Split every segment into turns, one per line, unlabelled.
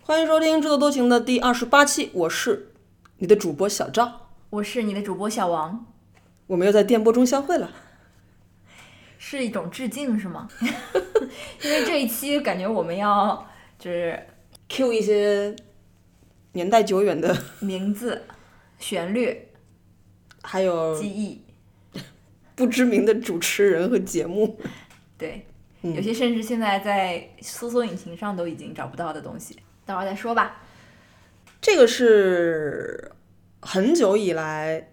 欢迎收听《智作多情》的第二十八期，我是你的主播小赵，
我是你的主播小王，
我们又在电波中相会了。
是一种致敬是吗？ 因为这一期感觉我们要就是
Q 一些年代久远的，
名字、旋律、
还有
记忆，
不知名的主持人和节目。
对，有些甚至现在在搜索引擎上都已经找不到的东西，到时候再说吧。
这个是很久以来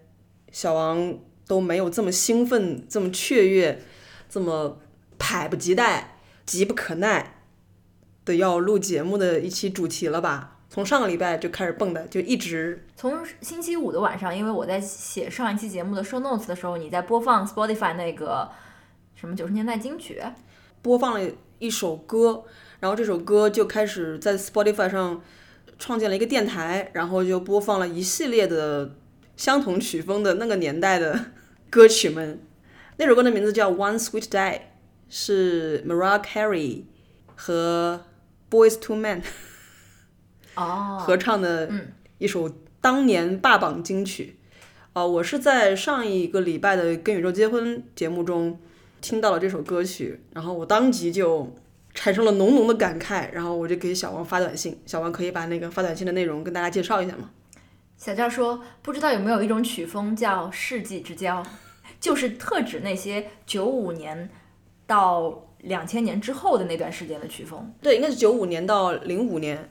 小王都没有这么兴奋、这么雀跃、这么迫不及待、急不可耐的要录节目的一期主题了吧？从上个礼拜就开始蹦的，就一直
从星期五的晚上，因为我在写上一期节目的 show notes 的时候，你在播放 Spotify 那个什么九十年代金曲，
播放了一首歌，然后这首歌就开始在 Spotify 上创建了一个电台，然后就播放了一系列的相同曲风的那个年代的歌曲们。那首歌的名字叫《One Sweet Day》，是 Mariah Carey 和 Boys to Men
哦，
合唱的一首当年霸榜金曲。啊、我是在上一个礼拜的《跟宇宙结婚》节目中听到了这首歌曲，然后我当即就产生了浓浓的感慨，然后我就给小王发短信，小王可以把那个发短信的内容跟大家介绍一下吗？
小赵说：“不知道有没有一种曲风叫世纪之交，就是特指那些九五年到两千年之后的那段时间的曲风，
对，应该是九五年到零五年，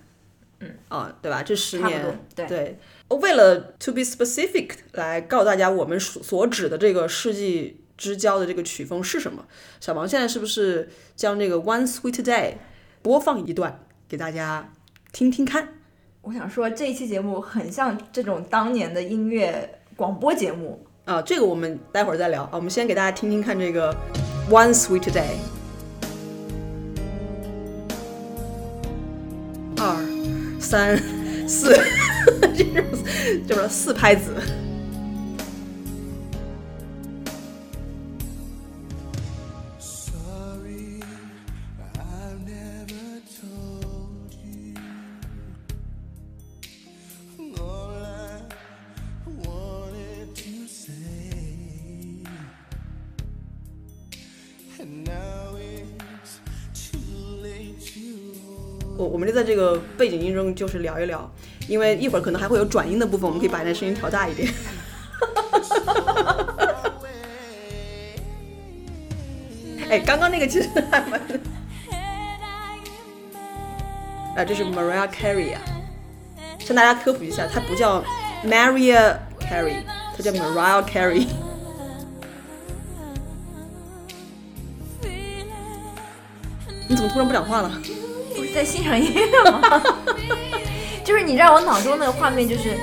嗯，啊，对吧？这十
差不多
年，。
对，
对，哦为了 to be specific 来告诉大家我们所所指的这个世纪之交的这个曲风是什么，小王现在是不是将这个 One Sweet Day 播放一段给大家听听看？
我想说这一期节目很像这种当年的音乐广播节目。
啊，这个我们待会儿再聊啊，我们先给大家听听看这个 One Sweet Day。二、三、四， 这是就是四拍子。
Sorry, I've never told you. All I wanted to say, and now it's too late to
我我们就在这个背景音中就是聊一聊，因为一会儿可能还会有转音的部分，我们可以把那声音调大一点。
hold away.
哎，刚刚那个其实还蛮……
And I imagine
哎，这是 Mariah Carey 啊，向大家科普一下，她不叫 Maria Carey，她叫 Mariah Carey。你怎么突然不讲话了？
我是在欣赏音乐吗？ 就是你让我脑中那个画面就是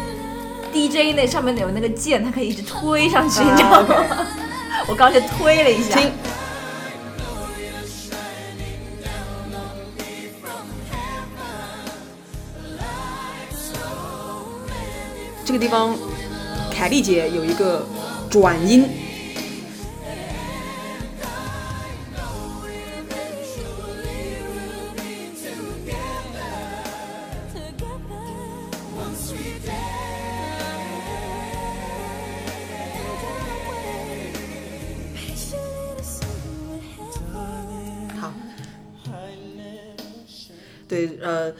DJ 那上面有那个键，它可以一直推上去，你知道吗？ 我刚才推了一下。
啊听，这个地方凯丽姐有一个转音，好，对，呃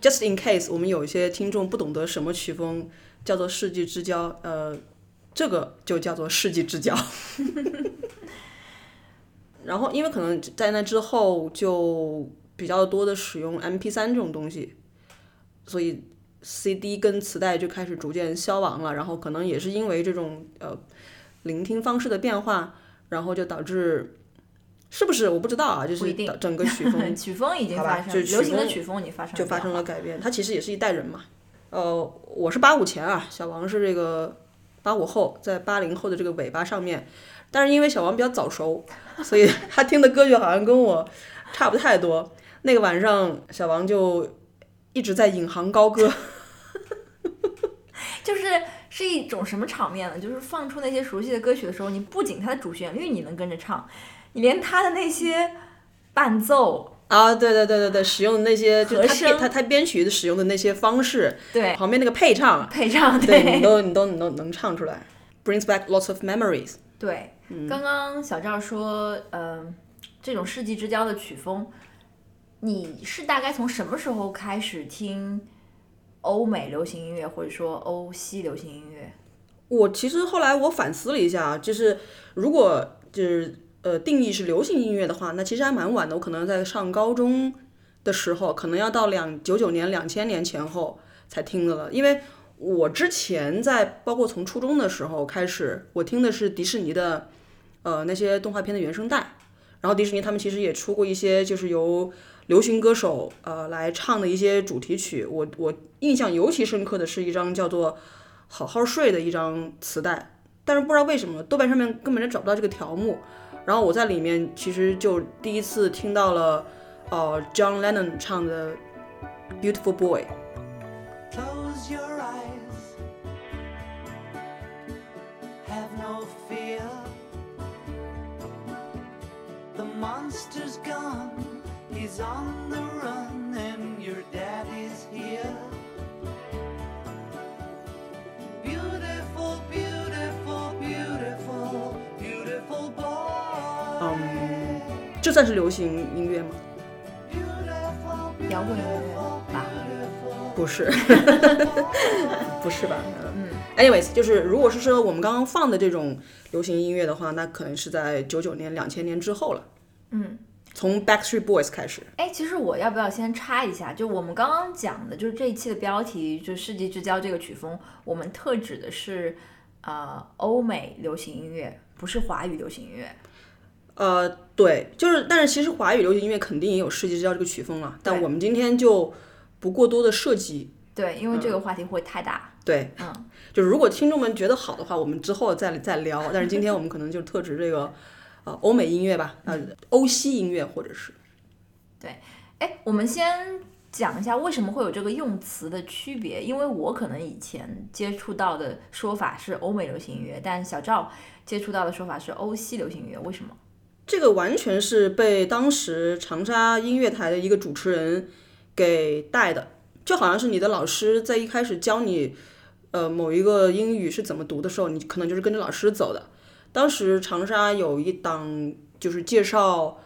，just in case，我们有一些听众不懂得什么曲风叫做世纪之交，呃，这个就叫做世纪之交。 然后，因为可能在那之后就比较多的使用 MP 3这种东西，所以 CD 跟磁带就开始逐渐消亡了。然后，可能也是因为这种呃聆听方式的变化，然后就导致是不是我不知道啊，就
不
是
一定
导整个曲风
曲风已经
好吧
发生，
就是曲
流行的
风
曲风已经发生，
就发生了。改变。他其实也是一代人嘛。呃，我是八五前啊，小王是这个八五后，在八零后的这个尾巴上面。但是因为小王比较早熟，所以他听的歌曲好像跟我差不太多。那个晚上，小王就一直在引吭高歌，
就是是一种什么场面呢？就是放出那些熟悉的歌曲的时候，你不仅它的主旋律你能跟着唱，你连它的那些伴奏，
啊，对对对对对，使用那些就是他
和声
编他他编曲使用的那些方式，
对，
旁边那个配唱，
配唱
对你都
对
你都你都能唱出来，brings back lots of memories。
对。
嗯
刚刚小赵说，嗯，这种世纪之交的曲风，你是大概从什么时候开始听欧美流行音乐，或者说欧西流行音乐？
我其实后来我反思了一下，啊就是如果就是呃定义是流行音乐的话，那其实还蛮晚的。我可能在上高中的时候，可能要到两九九年、两千年前后才听的了，因为我之前在包括从初中的时候开始，我听的是迪士尼的呃那些动画片的原声带，然后迪士尼他们其实也出过一些就是由流行歌手呃来唱的一些主题曲。我我印象尤其深刻的是一张叫做。好好睡的一张磁带，但是不知道为什么豆瓣上面根本就找不到这个条目。然后我在里面其实就第一次听到了，呃，John Lennon 唱的《Beautiful Boy》。
Close your eyes. Have no fear. The monster's gone. He's on the run, and your daddy's here. Beautiful, beautiful, beautiful, beautiful boy.
嗯，这算是流行音乐吗？
Beautiful,
摇滚音乐吧，
beautiful.
不是， 不是吧？嗯，anyways，就是如果是说我们刚刚放的这种流行音乐的话，那可能是在九九年、两千年之后了。
嗯，
从 Backstreet Boys 开始。
哎，其实我要不要先插一下？就我们刚刚讲的，就是这一期的标题，就世纪之交这个曲风，我们特指的是呃欧美流行音乐，不是华语流行音乐。
呃，对，就是，但是其实华语流行音乐肯定也有世纪之交这个曲风了，但
对
我们今天就不过多的涉及。
对，因为这个话题会太大。
对，
嗯，
就是如果听众们觉得好的话，我们之后再再聊。但是今天我们可能就特指这个，呃，欧美音乐吧，呃，
嗯
欧西音乐或者是，
哎，我们先讲一下为什么会有这个用词的区别，因为我可能以前接触到的说法是欧美流行音乐，但小赵接触到的说法是欧西流行音乐，为什么？
这个完全是被当时长沙音乐台的一个主持人给带的，就好像是你的老师在一开始教你，呃，某一个英语是怎么读的时候，你可能就是跟着老师走的。当时长沙有一档就是介绍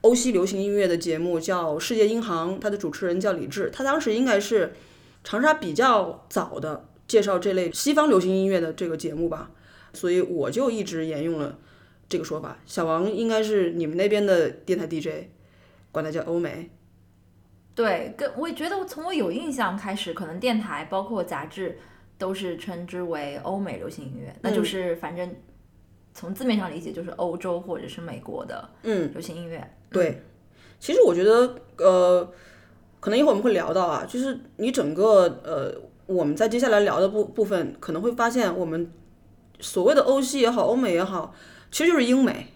欧西流行音乐的节目，叫《世界银行》，它的主持人叫李志，他当时应该是长沙比较早的介绍这类西方流行音乐的这个节目吧，所以我就一直沿用了。这个说法。小王应该是你们那边的电台 DJ，管它叫欧美。
对，跟我也觉得从我有印象开始，可能电台包括杂志都是称之为欧美流行音乐，那就是反正从字面上理解就是欧洲或者是美国的
嗯，
流行音乐。
对。其实我觉得，呃，可能一会儿我们会聊到啊，就是你整个呃，我们在接下来聊的部部分，可能会发现我们所谓的欧系也好，欧美也好，其实就是英美。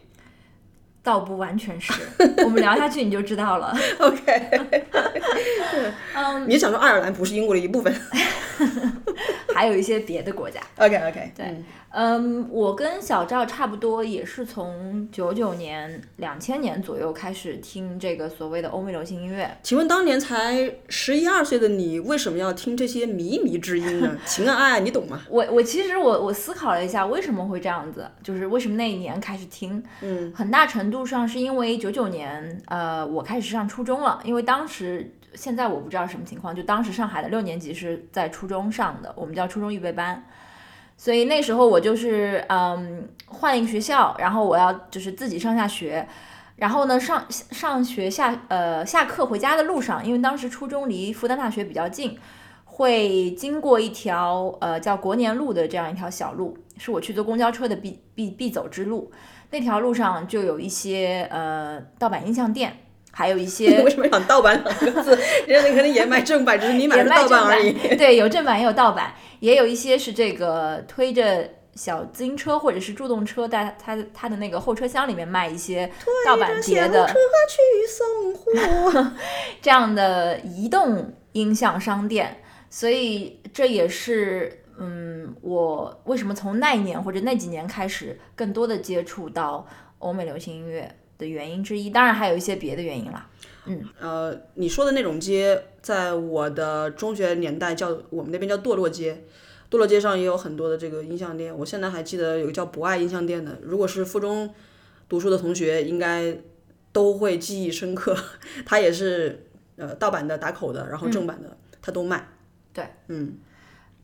倒不完全是，我们聊下去你就知道了。
OK，你想说爱尔兰不是英国的一部 分
还有一些别的国家，
？OK OK，
对嗯，我跟小赵差不多，也是从九九年、两千年左右开始听这个所谓的欧美流行音乐。
请问当年才十一二岁的你，为什么要听这些靡靡之音呢？ 情啊爱啊，你懂吗？
我我其实我我思考了一下，为什么会这样子，就是为什么那一年开始听，
嗯，
很大程度上是因为九九年，呃，我开始上初中了，因为当时现在我不知道什么情况，就当时上海的六年级是在初中上的，我们叫初中预备班，所以那时候我就是嗯换了一个学校，然后我要就是自己上下学。然后呢，上上学下呃下课回家的路上，因为当时初中离复旦大学比较近，会经过一条呃叫国年路的这样一条小路，是我去坐公交车的必必必走之路。那条路上就有一些呃盗版音像店，还有一些
为什么想盗版两个 字？人家可能也卖正版，只是你买
也
的
卖
盗
正
版而已。
对，有正版也有盗版，也有一些是这个推着小自行车或者是助动车，在它的它的那个后车厢里面卖一些盗版碟的
去送货。
这样的移动音像商店，所以这也是嗯，我为什么从那一年或者那几年开始更多的接触到欧美流行音乐的原因之一。当然还有一些别的原因啦。嗯，
呃，你说的那种街，在我的中学年代叫我们那边叫堕落街，堕落街上也有很多的这个音像店。我现在还记得有个叫博爱音像店的，如果是附中读书的同学，应该都会记忆深刻。 它也是呃盗版的、打口的，然后正
嗯
版的，它都卖。
对，
嗯，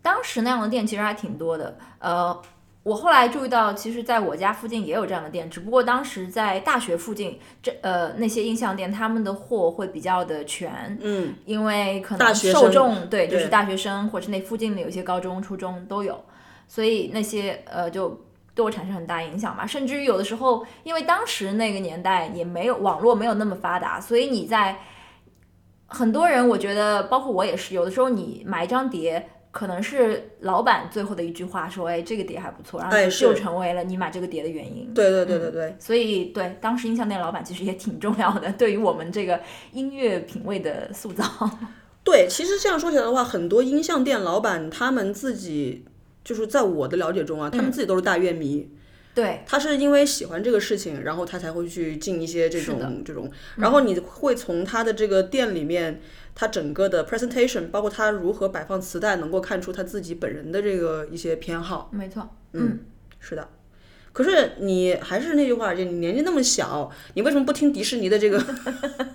当时那样的店其实还挺多的。呃，我后来注意到，其实在我家附近也有这样的店，只不过当时在大学附近，这呃那些音像店他们的货会比较的全，
嗯，
因为可
大
能
学
受
生
众对就是
对
大学生，或者是那附近的有些高中、初中都有，所以那些呃就。对我产生很大影响嘛，甚至于有的时候，因为当时那个年代也没有网络没有那么发达，所以你在很多人，我觉得包括我也是，有的时候你买一张碟，可能是老板最后的一句话说：“哎，这个碟还不错。”然后
哎
就是成为了你买这个碟的原因。
对对对对对，
所以，对当时音像店老板其实也挺重要的，对于我们这个音乐品味的塑造。
对，其实这样说起来的话，很多音像店老板他们自己，就是在我的了解中啊，他们自己都是大乐迷。
嗯对，
他是因为喜欢这个事情，然后他才会去进一些这
是的嗯
种这种，然后你会从他的这个店里面，他整个的 presentation，包括他如何摆放磁带，能够看出他自己本人的这个一些偏好。
没错。嗯
是的，可是你还是那句话，就你年纪那么小，你为什么不听迪士尼的这个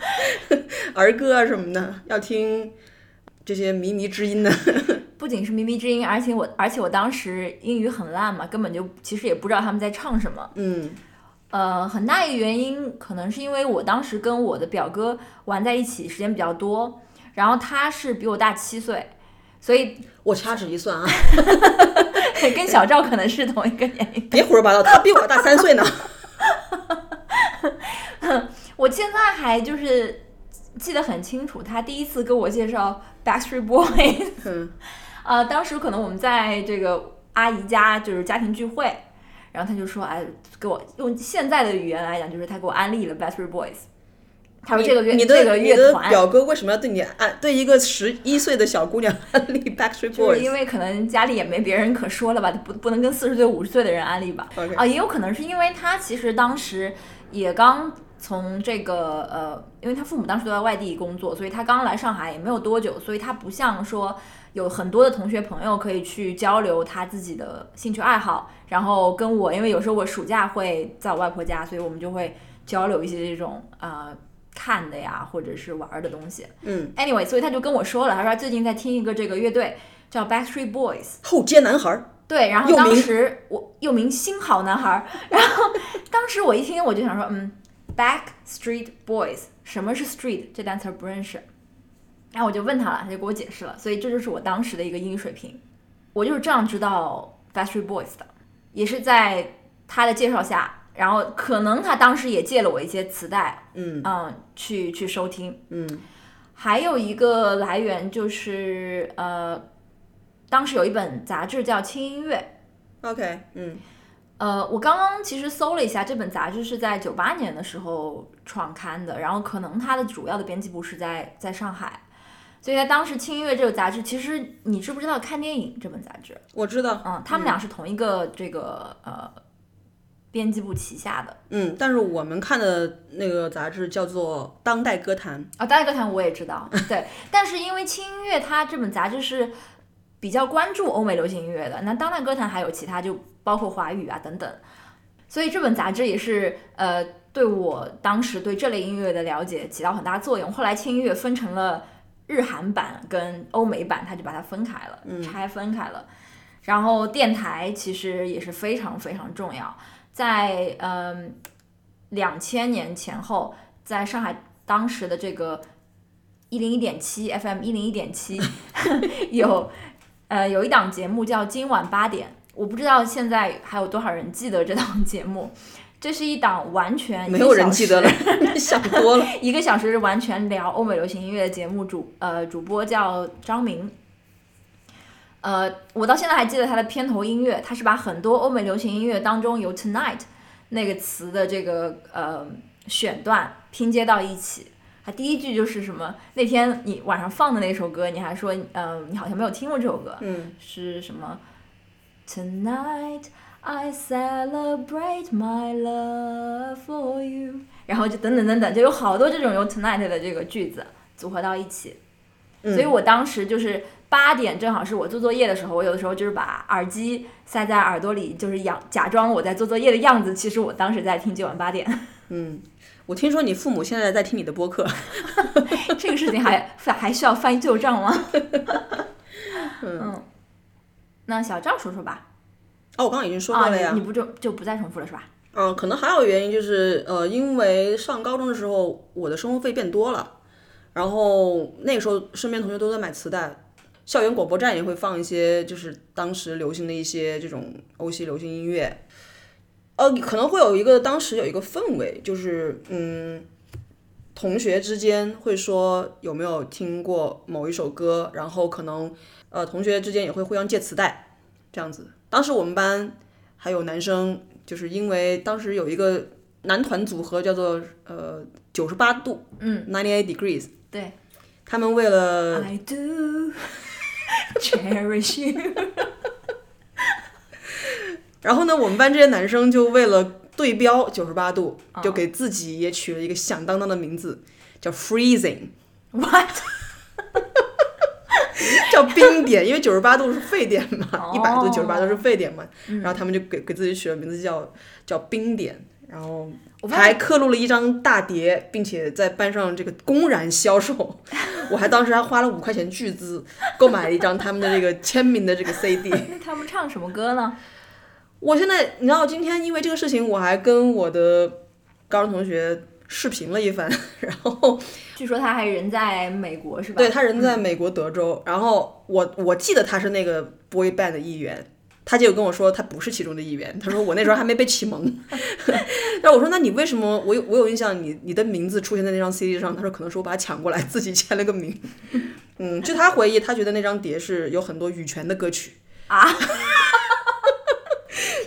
儿歌啊什么的，要听这些靡靡之音呢？
不仅是靡靡之音，而且我而且我当时英语很烂嘛，根本就其实也不知道他们在唱什么。
嗯，
呃，很大一个原因可能是因为我当时跟我的表哥玩在一起时间比较多，然后他是比我大七岁，所以
我掐指一算啊，
跟小赵可能是同一个年龄。
别胡说八道，他比我大三岁呢。
我现在还就是记得很清楚，他第一次跟我介绍 Backstreet Boys，
嗯
呃，当时可能我们在这个阿姨家就是家庭聚会，然后他就说，哎，给我用现在的语言来讲，就是他给我安利了 Backstreet Boys。他说
你
这个乐
你
这
的
个
你的
乐团
表哥为什么要对你按对一个十一岁的小姑娘 安利 Backstreet
就是因
Boys？
为可能家里也没别人可说了吧，不不能跟四十岁、五十岁的人安利吧。
OK
啊，也有可能是因为他其实当时也刚从这个呃，因为他父母当时都在外地工作，所以他刚来上海也没有多久，所以他不像说有很多的同学朋友可以去交流他自己的兴趣爱好，然后跟我，因为有时候我暑假会在我外婆家，所以我们就会交流一些这种呃看的呀，或者是玩儿的东西。
嗯，
Anyway，所以他就跟我说了，他说他最近在听一个这个乐队叫 Backstreet Boys，
后街男孩儿，
对，然后
又名
当时我又名新好男孩儿，然后当时我一听我就想说，嗯，Backstreet Boys 什么是 street 这单词儿不认识，然后我就问他了，他就给我解释了，所以这就是我当时的一个英语水平，我就是这样知道 Backstreet Boys 的，也是在他的介绍下，然后可能他当时也借了我一些磁带，
嗯
嗯，去去收听，
嗯
还有一个来源就是呃，当时有一本杂志叫《轻音乐》。
，OK，嗯
呃，我刚刚其实搜了一下，这本杂志是在九八年的时候创刊的，然后可能它的主要的编辑部是在在上海，所以在当时《轻音乐》这个杂志，其实你知不知道看电影这本杂志？
我知道，
嗯，他们俩是同一个这个呃编辑部旗下的
嗯，但是我们看的那个杂志叫做《当代歌坛》，
啊，大家歌坛我也知道，对，但是因为轻音乐它这本杂志是比较关注欧美流行音乐的，那当代歌坛还有其他就包括华语啊等等，所以这本杂志也是呃对我当时对这类音乐的了解起到很大作用。后来轻音乐分成了日韩版跟欧美版，它就把它分开了，
嗯
拆分开了。然后电台其实也是非常非常重要，在嗯两千年前后，在上海当时的这个一零一点七 FM 一零一 点七有呃有一档节目叫《今晚八点》，我不知道现在还有多少人记得这档节目。这是一档完哎全一个
没有人
小
记得
时
了， 你想 多了。
一个小时是完全聊欧美流行音乐的节目主呃主播叫张明。呃，我到现在还记得他的片头音乐，他是把很多欧美流行音乐当中有 tonight 那个词的这个呃选段拼接到一起。他第一句就是什么？那天你晚上放的那首歌，你还说，呃，你好像没有听过这首歌，
嗯
是什么？Tonight I celebrate my love for you，然后就等等等等，就有好多这种由 tonight 的这个句子组合到一起。
嗯
所以我当时就是八点，正好是我做作业的时候，我有的时候就是把耳机塞在耳朵里，就是假假装我在做作业的样子，其实我当时在听今晚 八点。
嗯，我听说你父母现在在听你的播客，
这个事情还还需要翻旧 账吗？嗯，那小赵说说吧。
哦，我刚刚已经说
啊，
过了
你
呀。
你不就就不再重复了是吧？
嗯，可能还有原因就是，呃，因为上高中的时候我的生活费变多了，然后那个时候身边同学都在买磁带，校园广播站也会放一些就是当时流行的一些这种欧系流行音乐，呃，可能会有一个当时有一个氛围，就是嗯，同学之间会说有没有听过某一首歌，然后可能呃同学之间也会互相借磁带这样子。当时我们班还有男生，就是因为当时有一个男团组合叫做呃九十八度，
嗯哎
，ninety eight degrees，
对
他们为了
，I do cherish you。
然后呢，我们班这些男生就为了对标九十八度，
哦
就给自己也取了一个响当当的名字，叫 freezing，
What？
叫冰点，因为九十八度是沸点嘛
哦，嗯
一百度、九十八度是沸点嘛，然后他们就给给自己取了名字叫叫冰点，然后
我发
还
现
刻录了一张大碟，并且在班上这个公然销售， 我还当时还花了五块钱巨资购买了一张他们的这个签名的这个 CD。
那他们唱什么歌呢？
我现在你知道，今天因为这个事情，我还跟我的高中同学视频了一番， 然后
据说他还人在美国是吧？嗯
对他人在美国德州，然后我我记得他是那个 boy band 的一员，他就跟我说他不是其中的一员，他说我那时候还没被启蒙， 然后我说那你为什么我有我有印象你你的名字出现在那张 CD 上，他说可能是我把它抢过来自己签了个名， 嗯，据他回忆，他觉得那张碟是有很多羽泉的歌曲。
啊，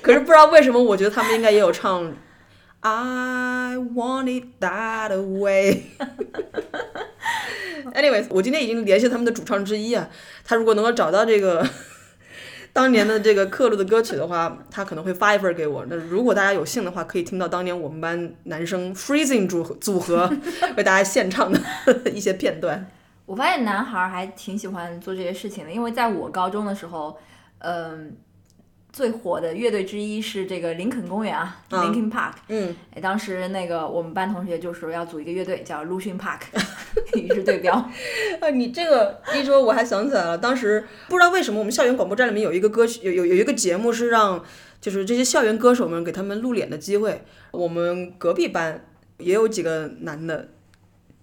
可是不知道为什么，我觉得他们应该也有唱 I want it that way 。Anyways，我今天已经联系他们的主唱之一啊，他如果能够找到这个 当年的这个刻录的歌曲的话，他可能会发一份给我。那如果大家有幸的话，可以听到当年我们班男生 Freezing 组合组合 为大家献唱的一些片段。
我发现男孩儿还挺喜欢做这些事情的，因为在我高中的时候，嗯、最火的乐队之一是这个林肯公园啊、
嗯
l i n k i n Park。
嗯，
哎，当时那个我们班同学就说要组一个乐队叫 l u c i n Park，与 之对标。
啊，你这个一说，我还想起来了，当时不知道为什么我们校园广播站里面有一个歌曲，有有有一个节目是让就是这些校园歌手们给他们露脸的机会。我们隔壁班也有几个男的，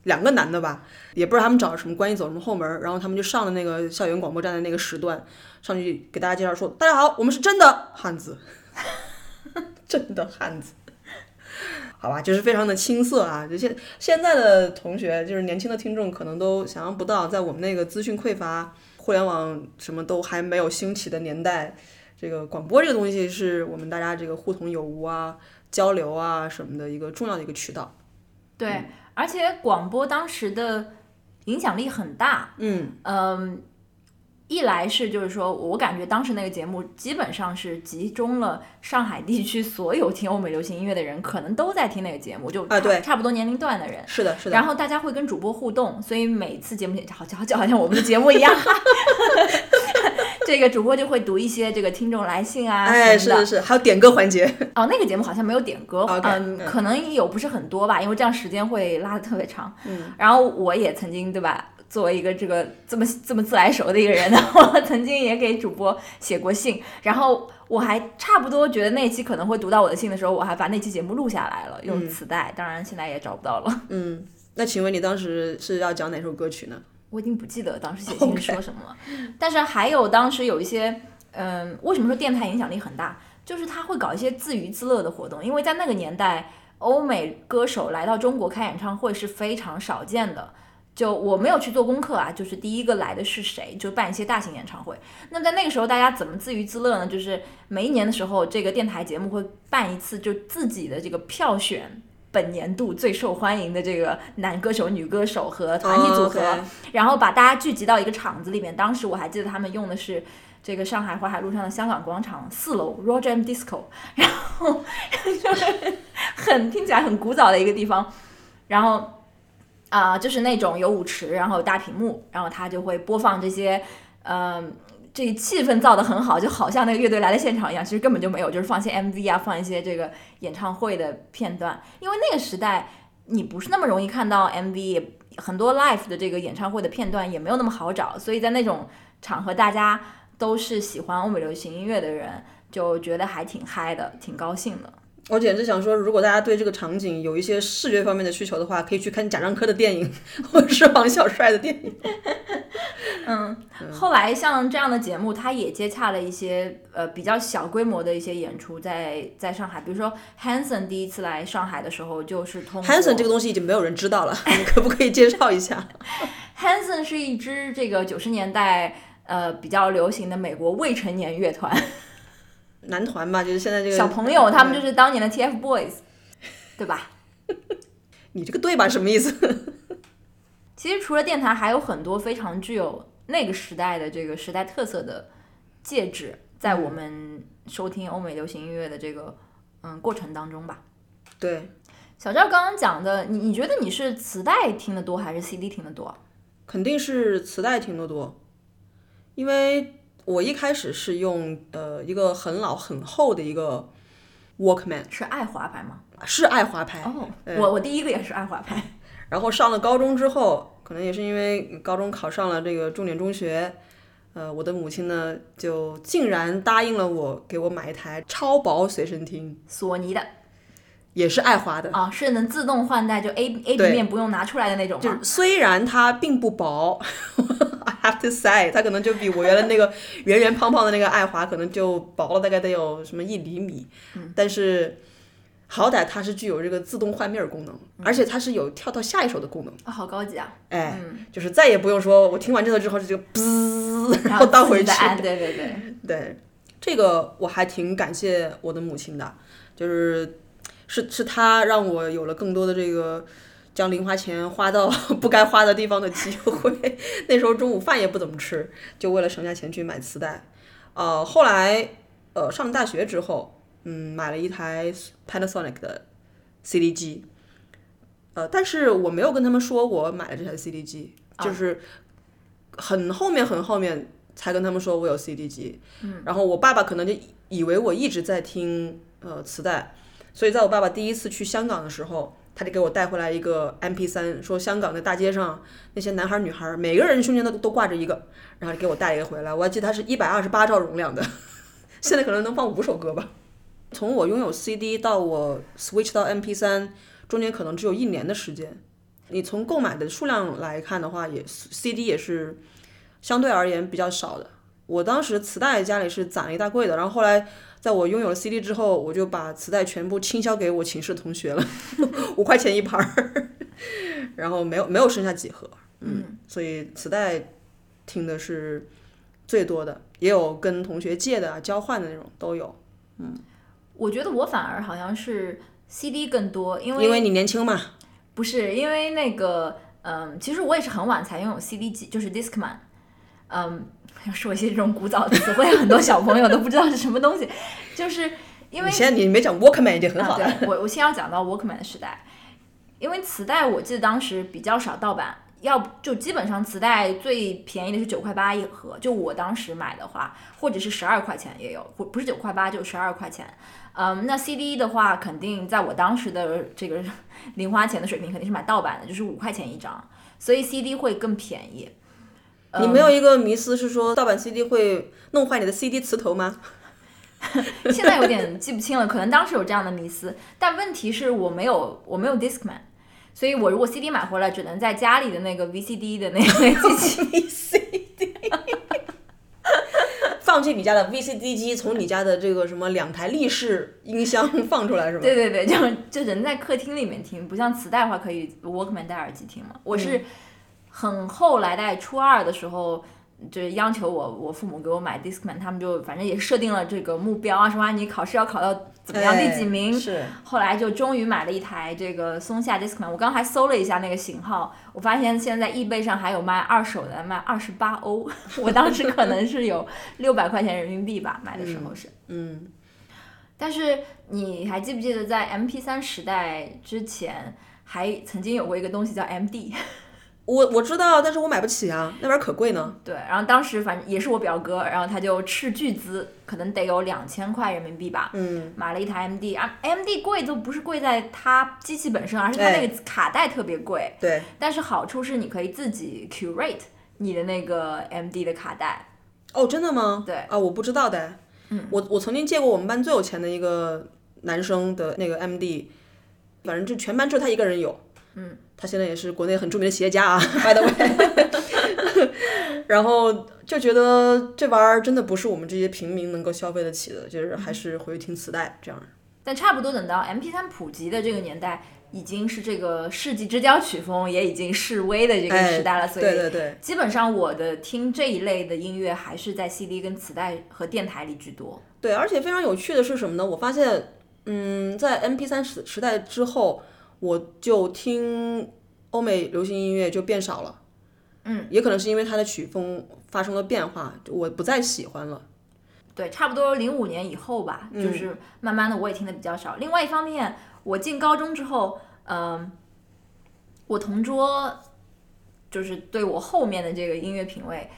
两个男的吧，也不知道他们找什么关系，走什么后门儿，然后他们就上了那个校园广播站的那个时段，上去给大家介绍说：“大家好，我们是真的汉子， 真的汉子。”好吧，就是非常的青涩啊！就现现在的同学，就是年轻的听众，可能都想象不到，在我们那个资讯匮乏、互联网什么都还没有兴起的年代，这个广播这个东西是我们大家这个互通有无啊、交流啊什么的一个重要的一个渠道。
对，
嗯
而且广播当时的影响力很大。
嗯
嗯，一来是就是说我感觉当时那个节目基本上是集中了上海地区所有听欧美流行音乐的人，可能都在听那个节目，就
啊对
差不多年龄段的人。
是的，是的
然。后大家会跟主播互动，所以每次节目好像好像好像我们的节目一样， 这个主播就会读一些这个听众来信啊
哎，
什
是
么的
是是，还有点歌环节。
哦，那个节目好像没有点歌
OK，
嗯，
嗯
可能有不是很多吧，因为这样时间会拉的特别长。嗯，然后我也曾经对吧，作为一个这个这么这么自来熟的一个人， 我曾经也给主播写过信，然后我还差不多觉得那期可能会读到我的信的时候，我还把那期节目录下来了，用磁带，当然现在也找不到了，
嗯，那请问你当时是要讲哪首歌曲呢？
我已经不记得当时写信是说什么了。但是还有当时有一些，嗯，为什么说电台影响力很大？就是他会搞一些自娱自乐的活动，因为在那个年代，欧美歌手来到中国开演唱会是非常少见的。就我没有去做功课啊，就是第一个来的是谁，就办一些大型演唱会。那么在那个时候，大家怎么自娱自乐呢？就是每一年的时候，这个电台节目会办一次就自己的这个票选本年度最受欢迎的这个男歌手、女歌手和团体组合，
哦，OK
然后把大家聚集到一个场子里面。当时我还记得他们用的是这个上海淮海路上的香港广场四楼 r o j a m Disco，然后 就是很听起来很古早的一个地方，然后啊、就是那种有舞池，然后有大屏幕，然后他就会播放这些，嗯、这气氛造得很好，就好像那个乐队来了现场一样，其实根本就没有，就是放一些 MV 啊，放一些这个演唱会的片段，因为那个时代你不是那么容易看到 MV，也很多 live 的这个演唱会的片段也没有那么好找，所以在那种场合，大家都是喜欢欧美流行音乐的人，就觉得还挺嗨的，挺高兴的。
我简直想说，如果大家对这个场景有一些视觉方面的需求的话，可以去看贾樟柯的电影， 或者是王小帅的电影。嗯
后来像这样的节目，他也接洽了一些呃比较小规模的一些演出在，在上海，比如说 Hanson 第一次来上海的时候，就是通过
Hanson 这个东西已经没有人知道了，你可不可以介绍一下？
Hanson 是一支这个九十年代呃比较流行的美国未成年乐团，
男团嘛，就是现在这个
小朋友他们就是当年的 TFBOYS，对吧？
你这个对吧？什么意 思？
其实除了电台，还有很多非常具有那个时代的这个时代特色的介质，在
嗯
我们收听欧美流行音乐的这个嗯过程当中吧。
对，
小赵刚刚讲的，你你觉得你是磁带听得多还是 CD 听得多？
肯定是磁带听得多，因为我一开始是用呃一个很老很厚的一个 Walkman，
是爱华牌吗？
是爱华牌，
哦，
嗯
我我第一个也是爱华牌。
然后上了高中之后，可能也是因为高中考上了这个重点中学，呃，我的母亲呢就竟然答应了我，给我买一台超薄随身听，
索尼的
也是爱华的。
啊，是能自动换代，就 A A
对
平面不用拿出来的那种
就
吗
是？虽然它并不薄 ，I have to say，它可能就比我原来那个圆圆胖胖的那个爱华可能就薄了大概得有什么一厘米，但是好歹它是具有这个自动换面儿功能，而且它是有跳到下一首的功能。
啊、好 高级啊！
哎，就是再也不用说，我听完这个之后就就滋，然后倒回去
然后自己再。按对对对，
对，这个我还挺感谢我的母亲的，就是是是她让我有了更多的这个将零花钱花到 不该花的地方的机会。 那时候中午饭也不怎么吃，就为了省下钱去买磁带。呃，后来呃上大学之后，嗯，买了一台 Panasonic 的 CD 机。呃，但是我没有跟他们说我买了这台 CD 机，就是很后面很后面才跟他们说我有 CD 机。然后我爸爸可能就以为我一直在听呃磁带，所以在我爸爸第一次去香港的时候，他就给我带回来一个 MP 3说香港的大街上那些男孩儿女孩儿每个人胸前都都挂着一个，然后就给我带一个回来。我还记得它是一百二十八兆容量的， 现在可能能放五首歌吧。从我拥有 CD 到我 switch 到 MP 3中间可能只有一年的时间。你从购买的数量来看的话，也 CD 也是相对而言比较少的。我当时磁带家里是攒了一大柜的，然后后来在我拥有了 CD 之后，我就把磁带全部倾销给我寝室同学了， 五块钱一盘儿， 然后没有没有剩下几盒，嗯，所以磁带听的是最多的，也有跟同学借的啊、交换的那种都有，
我觉得我反而好像是 CD 更多，因为
因为你年轻嘛，
不是因为那个，嗯，其实我也是很晚才拥有 CD 机，就是 Discman。嗯， 要说一些这种古早的词汇，很多小朋友都不知道是什么东西，就是因为
你现在你没讲 Walkman 已经很好了，
啊、对我我先要讲到 Walkman 的时代，因为磁带我记得当时比较少盗版，要不就基本上磁带最便宜的是九块八一盒，就我当时买的话，或者是十二块钱也有，不不是九块八就十二块钱。嗯，那 CD 的话，肯定在我当时的这个 零花钱的水平，肯定是买盗版的，就是五块钱一张，所以 CD 会更便宜。嗯
你没有一个迷思是说盗版 CD 会弄坏你的 CD 磁头吗？
现在有点记不清了，可能当时有这样的迷思，但问题是我没有，我没有 Discman，所以我如果 CD 买回来，只能在家里的那个 VCD 的那个机器。
放进你家的 VCD 机，从你家的这个什么两台立式音 箱放出来是吗？
对对对，就就人在客厅里面听，不像磁带的话可以 Walkman 戴耳机听嘛。我是很后来在初二的时候，就是央求我我父母给我买 Discman，他们就反正也设定了这个目标啊，说啊你考试要考到怎么样
哎
第几名，
是
后来就终于买了一台这个松下 Discman，我刚还搜了一下那个型号，我发现现在 eBay 上还有卖二手的，卖二十八欧。我当时可能是 有六百块钱人民币吧，买的时候是。
嗯，
但是你还记不记得在 MP3 时代之前，还曾经有过一个东西叫 MD？
我我知道，但是我买不起啊，那玩意儿可贵呢。
对，然后当时反正也是我表哥，然后他就斥巨资，可能得有两千块人民币吧，
嗯，
买了一台 MD 啊，MD 贵都不是贵在它机器本身，而是它
哎
那个卡带特别贵。
对，
但是好处是你可以自己 curate 你的那个 MD 的卡带，
哦，真的吗？
对
啊，我不知道的。嗯，我我曾经借过我们班最有钱的一个男生的那个 MD，反正就全班就他一个人有。嗯，他现在也是国内很著名的企业家啊，by the way。然 后就觉得这玩意儿真的不是我们这些平民能够消费得起的，就是
嗯
还是回去听磁带这样。
但差不多等到 MP3 普及的这个年代，已经是这个世纪之交曲风也已经示威的这个时代了，
哎
所以
对对对，
基本上我的听这一类的音乐还是在 CD 跟磁带和电台里居多。
对，而且非常有趣的是什么呢？我发现，嗯，在 M P 三时时代之后，我就听欧美流行音乐就变少了。
嗯，
也可能是因为它的曲风发生了变化，我不再喜欢了。
对，差不多零五年以后吧，
嗯
就是慢慢的我也听的比较少。另外一方面，我进高中之后，嗯、我同桌就是对我后面的这个音乐品味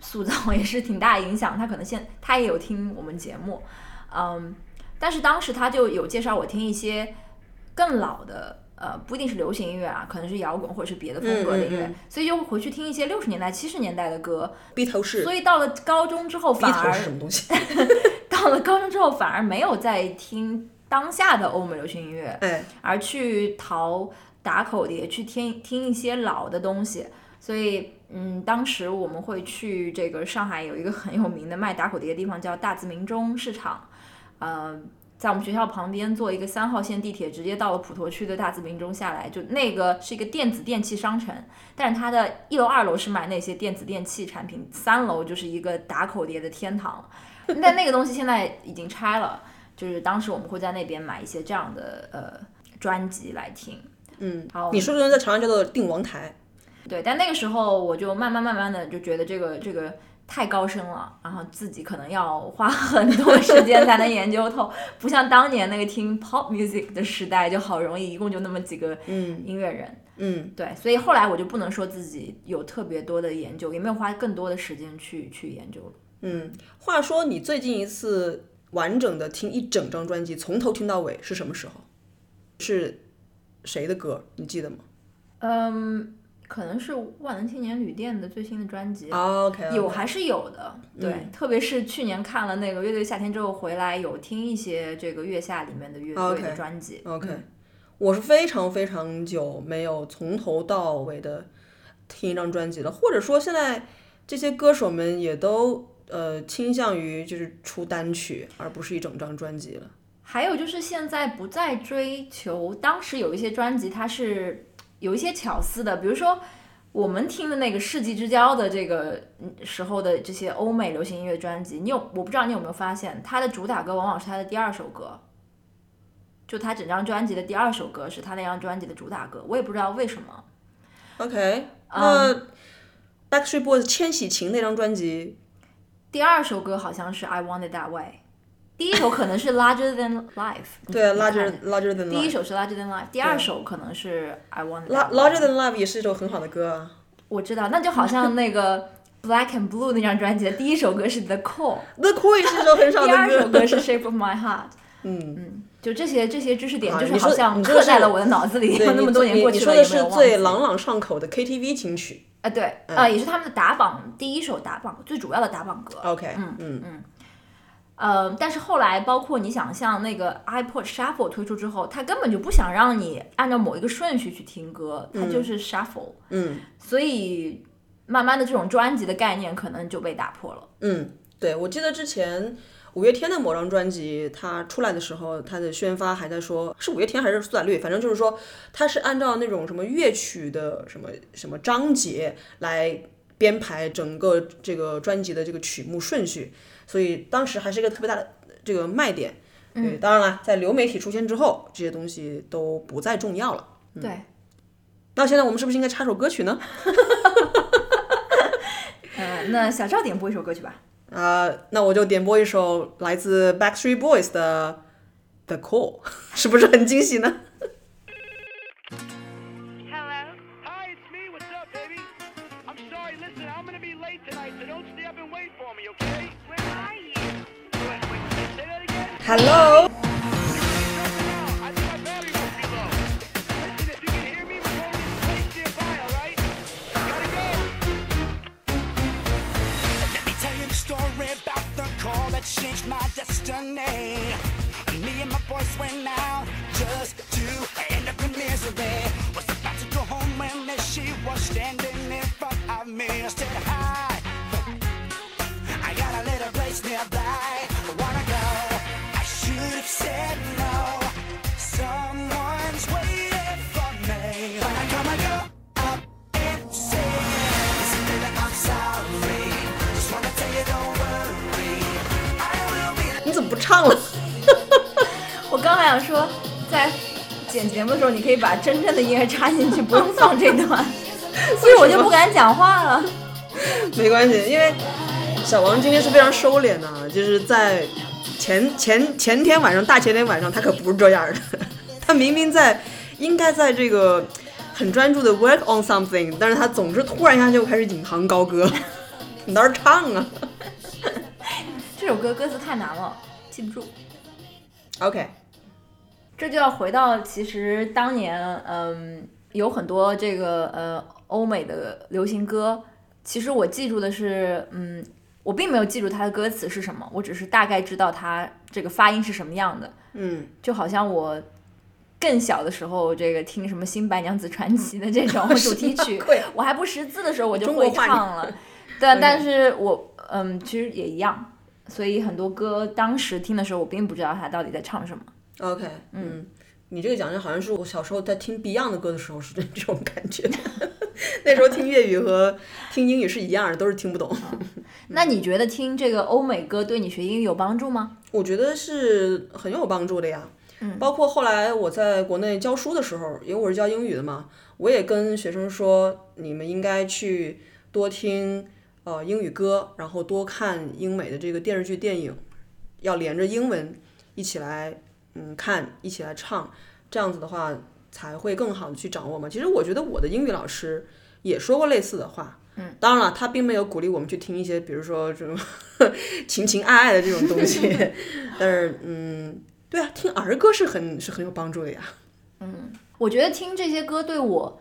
塑造也是挺大影响。他可能现他也有听我们节目，嗯，但是当时他就有介绍我听一些更老的。呃，不一定是流行音乐啊，可能是摇滚或者是别的风格的音乐，
嗯嗯嗯
所以就会回去听一些六十年代、七十年代的歌。
鼻头是
所以到了高中之后，
鼻
反
头
而
是什么东西？
到了高中之后，反而没有再听当下的欧美流行音乐，
哎，
而去淘打口碟，去听听一些老的东西。所以，嗯，当时我们会去这个上海有一个很有名的卖打口碟的地方，叫大自明中市场，呃，在我们学校旁边坐一个三号线地铁，直接到了普陀区的大自明中下来，就那个是一个电子电器商城，但是它的一楼、二楼是卖那些电子电器产品，三楼就是一个打口碟的天堂。但那个东西现在已经拆了，就是当时我们会在那边买一些这样的呃专辑来听。
嗯，
好
你说的人在长安叫做定王台，
对，但那个时候我就慢慢慢慢的就觉得这个这个太高深了，然后自己可能要花很多时间才能研究透，不像当年那个听 pop music 的时代就好容易，一共就那么几个
嗯
音乐人。
嗯，
对，所以后来我就不能说自己有特别多的研究，也没有花更多的时间去去研究了。
嗯。话说你最近一次完整的听一整张专辑，从头听到尾是什么时候？是谁的歌？你记得吗
嗯，可能是万能青年旅店的最新的专辑。
哦？OK，
有还是有的，
嗯
对，特别是去年看了那个乐队夏天之后回来，有听一些这个月下里面的乐队
哦 OK
的专辑。
OK，、我是非常非常久没有从头到尾的听一张专辑了，或者说现在这些歌手们也都呃倾向于就是出单曲，而不是一整张专辑了。
还有就是现在不再追求，当时有一些专辑它是有一些巧思的，比如说我们听的那个世纪之交的这个嗯时候的这些欧美流行音乐专辑，你有我不知道你有没有发现，它的主打歌往往是它的第二首歌，就它整张专辑的第二首歌是它那张专辑的主打歌，我也不知道为什么。
OK，那、Backstreet Boys《千禧情》那张专辑，
第二首歌好像是 I Want It That Way，第一首可能是 Larger Than Life，你
对啊
你看
，Larger Larger Than
第一
Life。
首是 Larger Than Life，第二首可能是 I Want It
La-
That
Larger
Way。
Than Life 也是一首很好的歌啊。
我知道，那就好像那个 Black and Blue 那张专辑的第一首歌是 The Call，
The Cool 也是一首很少
第二
的
首
歌。
歌是 Shape of My Heart。
嗯
嗯，就这些这些知识点，
啊
就是
你
好
说
像
你说的
刻在
是
了我的脑子里，
对，
那么
你
多年
你
过去
你
了
说的
也没
是
有忘
最嗯
记
朗朗上口的 KTV 金曲。
啊，对，啊，也是他们的打榜第一首打榜最主要的打榜歌。
OK，嗯
呃，但是后来，包括你想像那个 iPod Shuffle 推出之后，它根本就不想让你按照某一个顺序去听歌，它就是 Shuffle，、
嗯
所以慢慢的这种专辑的概念可能就被打破了。
嗯，对，我记得之前五月天的某张专辑，它出来的时候，它的宣发还在说是五月天还是苏打绿，反正就是说它是按照那种什么乐曲的什么什么章节来编排整个这个专辑的这个曲目顺序，所以当时还是一个特别大的这个卖点。对，当然了，在流媒体出现之后，这些东西都不再重要了。
对，
那现在我们是不是应该插首歌曲呢？
呃，那小赵点播一首歌曲吧。
啊、那我就点播一首来自 Backstreet Boys 的《The Call》，是 不是很惊喜呢？
Hello? Hi, it's me. What's up, baby? I'm sorry. Listen, I'm gonna be late tonight, so don't stay up and wait for me, okay? Where are you? Wait, wait, say that again.
Hello，
Now, I think my battery must be low. Listen, if you can hear me, we're holding place nearby, all right? Gotta go.
Let me tell you the story about the call that changed my destiny. Me and my boys went out just to end up in misery. Was about to go home when there she was standing in front of me. I said, Hi, I got a little place nearby. I wanna go. I should have said no. Someone's waiting for me. But I come and go up and say, Listen, baby, I'm sorry. Just wanna tell you, don't worry. I will be
你怎么不唱了？
我刚还想说，在剪节目的时候，你可以把真正的音乐插进去，不用放这 段。所以我就不敢讲话了。
没关系，因为小王今天是非常收敛的，啊，就是在前前前天晚上、大前天晚上，他可不是这样的。 他明明在应该在这个很专注的 work on something，但是他总是突然一下就开始引吭高歌。 你倒是唱啊
这首歌歌词太难了，记不住。
！OK，
这就要回到其实当年，嗯，有很多这个呃欧美的流行歌，其实我记住的是，嗯，我并没有记住它的歌词是什么，我只是大概知道它这个发音是什么样的，
嗯，
就好像我。更小的时候，这个听什么《新白娘子传奇》的这 种主题曲
会，
我还不识字的时候我就
中国
会
话
唱了。对，啊但是我嗯，其实也一样，所以很多歌当时听的时候，我并不知道他到底在唱什么。
OK，嗯，你这个讲的好像是我小时候在听 Beyond 的歌的时候是这这种感觉， 那时候听粤语和听英语是一样的，都是听不懂。
那你觉得听这个欧美歌对你学英语有帮助吗？
我觉得是很有帮助的呀。嗯，包括后来我在国内教书的时候，因为我是教英语的嘛，我也跟学生说，你们应该去多听呃英语歌，然后多看英美的这个电视剧、电影，要连着英文一起来嗯看，一起来唱，这样子的话才会更好的去掌握嘛。其实我觉得我的英语老师也说过类似的话。嗯，当然了，他并没有鼓励我们去听一些，比如说这种 情情爱爱的这种东 西，但是嗯，对啊，听儿歌是很是很有帮助的呀，
我觉得听这些歌对我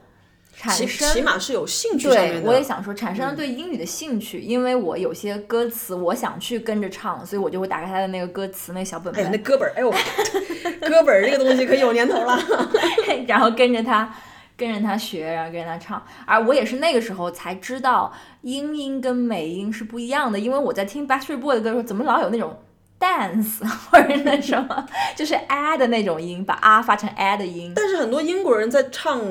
产
起
生
起码是有兴趣上
对
面，的。嗯
我也想说产生了对英语的兴趣，因为我有些歌词我想去跟着唱，所以我就会打开他的那个歌词那个小本
哎呀，那
本，
歌本儿，哎呦， 歌本儿这个东西可有年头了。
然后跟着他。跟着他学，然后跟着他唱，而我也是那个时候才知道英音跟美音是不一样的，因为我在听 Backstreet Boy 的歌的时候，怎么老有那种 dance 或者那什么，就是 a 的那种音，把 r 发成 a 的音。
但是很多英国人在唱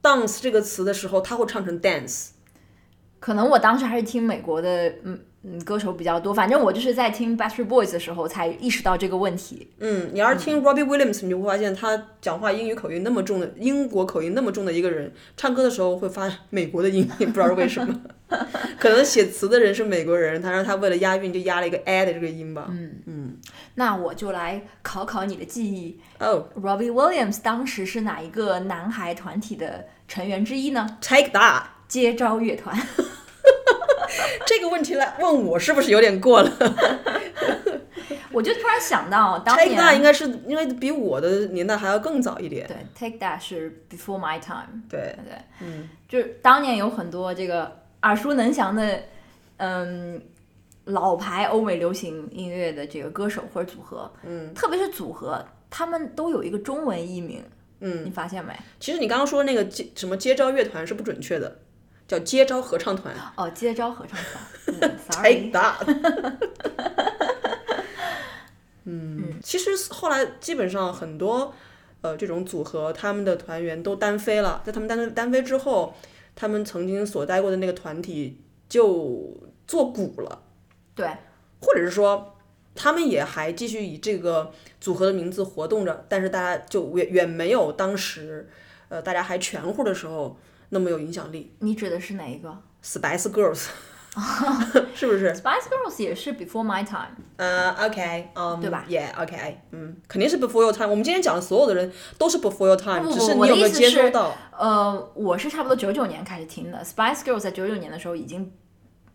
dance 这个词的时候，他会唱成 dance。
可能我当时还是听美国的嗯嗯歌手比较多，反正我就是在听 Backstreet Boys 的时候才意识到这个问题。
嗯，你要是听 Robbie Williams，你就会发现他讲话英语口音那么重的英国口音那么重的一个人，唱歌的时候会发美国的音，也不知道是为什么。 可能写词的人是美国人，他让他为了押韵就押了一个 a 的这个音吧。嗯嗯，
那我就来考考你的记忆
哦、
，Robbie Williams 当时是哪一个男孩团体的成员之一呢？
t a k e that。
接招乐团。
这个问题来问我是不是有点过了
我就突然想到，当
？Take That 应
年啊
该是因为比我的年代还要更早一点。
对 Take That 是 Before My Time，
对
对，
嗯，
就是当年有很多这个耳熟能详的，嗯，老牌欧美流行音乐的这个歌手或者组合，
嗯，
特别是组合，他们都有一个中文译名，
嗯
你发现没？
其实你刚刚说那个接什么接招乐团是不准确的，叫接招合唱团。
哦，接招合唱 团、嗯
Take
，sorry，
That 嗯，其实后来基本上很多呃这种组合，他们的团员都单飞了。在他们单单飞之后，他们曾经所待过的那个团体就做鼓了，
对，
或者是说他们也还继续以这个组合的名字活动着，但是大家就远远没有当时呃大家还全乎的时候那么有影响力。
你指的是哪一个
Spice Girls 是不是？
？Spice Girls 也是 Before My Time，
呃、o k 嗯、
对吧
？Yeah，OK，、嗯，肯定是 Before Your Time。我们今天讲的所有的人都是 Before Your Time，
不不
只
不
是你
我的
有没有
意思
接收
是
到？
呃，我是差不多九九年开始听的，Spice Girls 在九九年的时候已经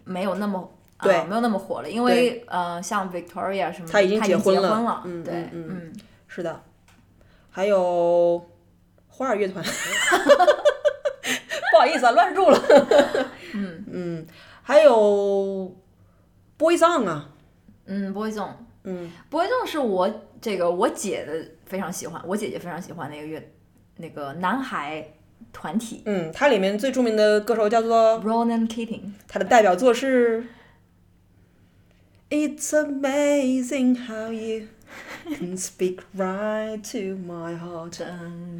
没有那么。呃
对
没有那么火了，因为呃，像 Victoria 什么的，
她
她
已经
结
结婚了
了
嗯
对，
嗯嗯是的，还有花儿乐团， 不好意思啊，乱入 了。嗯嗯，还有 Boys On 啊，
嗯，Boyzone，
嗯
Boyzone 是我这个我姐的非常喜欢，我姐姐非常喜欢那个乐那个男孩团体
嗯，它里面最著名的歌手叫做
Ronan Keating，
他的代表作是 It's amazing how you can speak right to my heart。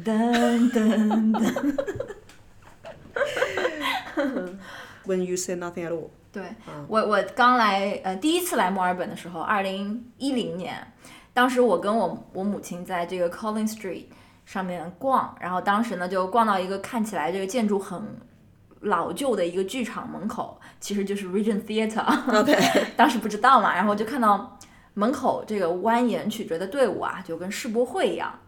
噔噔噔噔，
When you say nothing at all，
对
嗯
我我刚来呃第一次来墨尔本的时候，二零一零年，当时我跟我我母亲在这个 Collins Street 上面逛，然后当时呢就逛到一个看起来这个建筑很老旧的一个剧场门口，其实就是 Regent Theatre。
OK
当时不知道嘛，然后就看到门口这个蜿蜒曲折的队伍啊，就跟世博会一样。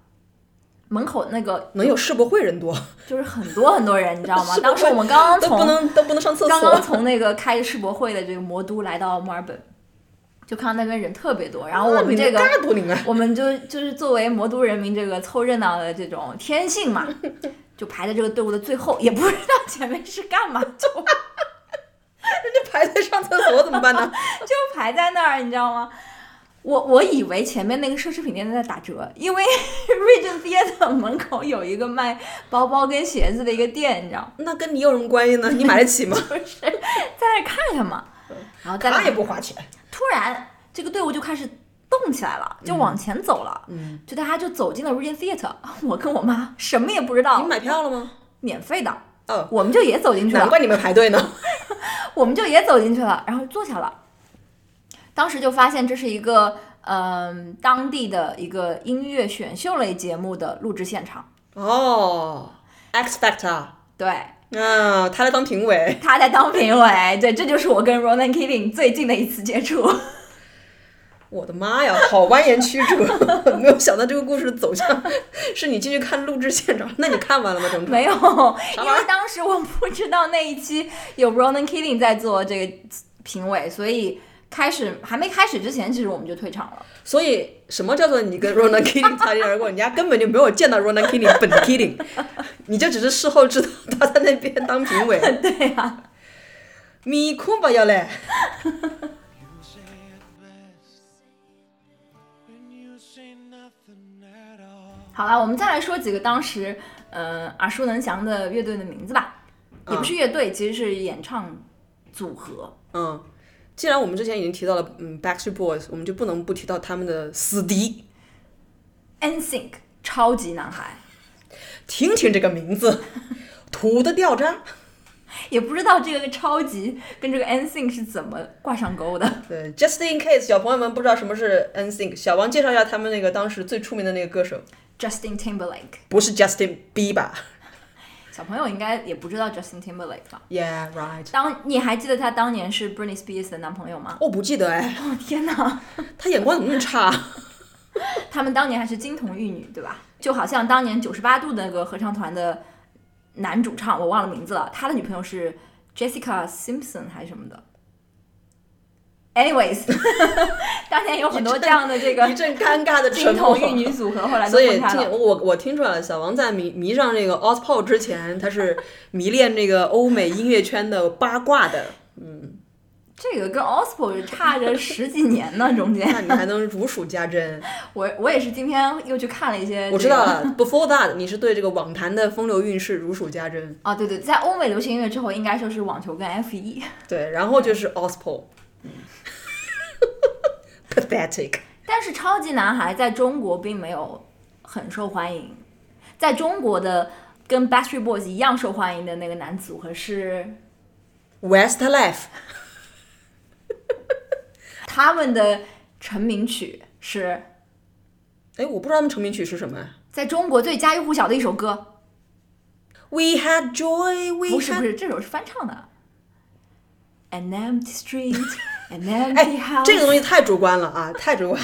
门口那个
能有世博会人多，
就是很多很多人，你知 道吗？当时我们刚刚
都不
从
能都不能上厕所。
刚刚从那个开世博会的这个魔都来到墨尔本，就看到那边人特别多。然后我
啊你
们这个，
嘎多灵啊！
我们就就是作为魔都人民这个凑热闹的这种天 性嘛，就排在这个队伍的最后，也不知道前面是干嘛， 就
这 排队上厕所怎么办 呢？
就排在那儿，你知道吗？我我以为前面那个奢侈品店在打折，因为 Regent Theatre 门口有一个卖包包跟鞋子的一个店，你知道吗，
那跟你有什么关系呢？你买得起 吗？
在那儿看看嘛。然后在那
那
儿
也不花钱。
突然这个队伍就开始动起来了，就往前走了，
嗯，
就大家就走进了 Regent Theatre。我 跟我妈什么也不知 道
你，买票了吗？
免费的，
哦，
我们就也走进去
难
了，
怪你们排队呢。
我们就也走进去了，然后坐下了。当时就发现这是一个嗯、当地的一个音乐选秀类节目的录制现场，
哦，X Factor，
对，
啊，他来当评委。
他在当评委，对，这就是我跟 Ronan Keating 最近的一次接触。
我的妈呀，好蜿蜒曲折， 没有想到这个故事的走向是你进去看录制现场。那 你看完了吗？整场
没有，因
玩意
为当时我不知道那一期有 Ronan Keating 在做这个评委，所以开始还没开始之前，其实我们就退场了。
所以什么叫做你跟 Ronan Keating 擦肩而过？人家根本就没有见到 Ronan Keating 本 Keating，你就只是事后知道他在那边当评 委。
对呀、
啊米库吧要嘞，
You say it best when you say nothing at all.
好了，我们再来说几个当时呃耳熟能详的乐队的名字吧，也不是乐队，其实是演唱组合。
嗯。既然我们之前已经提到了，嗯，Backstreet Boys，我们就不能不提到他们的死敌。
NSYNC 超级男孩，
听听这个名字， 土的掉渣。
也不知道这个超级跟这个 NSYNC 是怎么挂上钩的。
对，Just in case，小朋友们不知道什么是 NSYNC，小王介绍一下他们那个当时最出名的那个歌手，
Justin Timberlake，
不是 Justin Bieber。
小朋友应该也不知道 Justin Timberlake 吧？
Yeah, right。
当你还记得他当年是 Britney Spears 的男朋友吗？
我不记得哎，
哦 天哪，
他眼光怎么那么差？
他们当年还是金童玉女，对吧？就好像当年九十八度那个合唱团的男主唱，我忘了名字了，他的女朋友是 Jessica Simpson 还是什么的。Anyways，当年有很多这样的这
一
个
阵尴尬的沉
金
默
童。玉女组合，后来都
所以
分
听
开
见
了。
我我听出来了，小王在迷迷上这个 Ozpop 之前，他是迷恋这个欧美音乐圈的八卦的。
这个跟 Ospo 差着十几年呢，中间
那你还能如数家珍？
我我也是今天又去看了一些、
我知道。了，Before that，你是对这个网坛的风流韵事如数家珍。
啊，对对，在欧美流行音乐之后，应该就是网球跟 F E 一。
对，然后就是
嗯
Ospo。Pathetic。
但是超级男孩在中国并没有很受欢迎，在中国的跟 Backstreet Boys 一样受欢迎的那个男组合是
Westlife，
他们的成名曲是
哎，我不知道他们成名曲是什么啊。
在中国最家喻户晓的一首歌，
We had joy, we
不是不
had
是，这首是翻唱的。An empty street, an
哎
empty house。，
这个东西太主观了啊，太主观。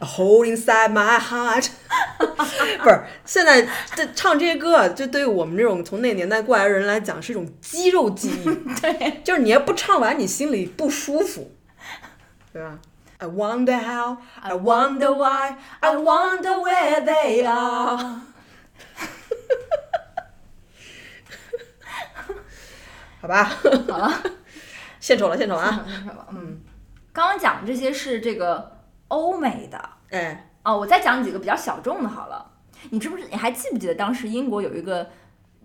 A hole inside my heart，不是现在这唱这些歌，啊，就对于我们这种从那个年代过来的人来讲，是一种肌肉记 忆。对，就是你要不唱完，你心里不舒服，对吧？I wonder how, I wonder why, I wonder where they are。好吧，
好了，
献丑了，献丑了啊！
嗯，刚刚讲的这些是这个欧美的
哎，
哦，我再讲几个比较小众的好了。你知不知？你还记不记得当时英国有一个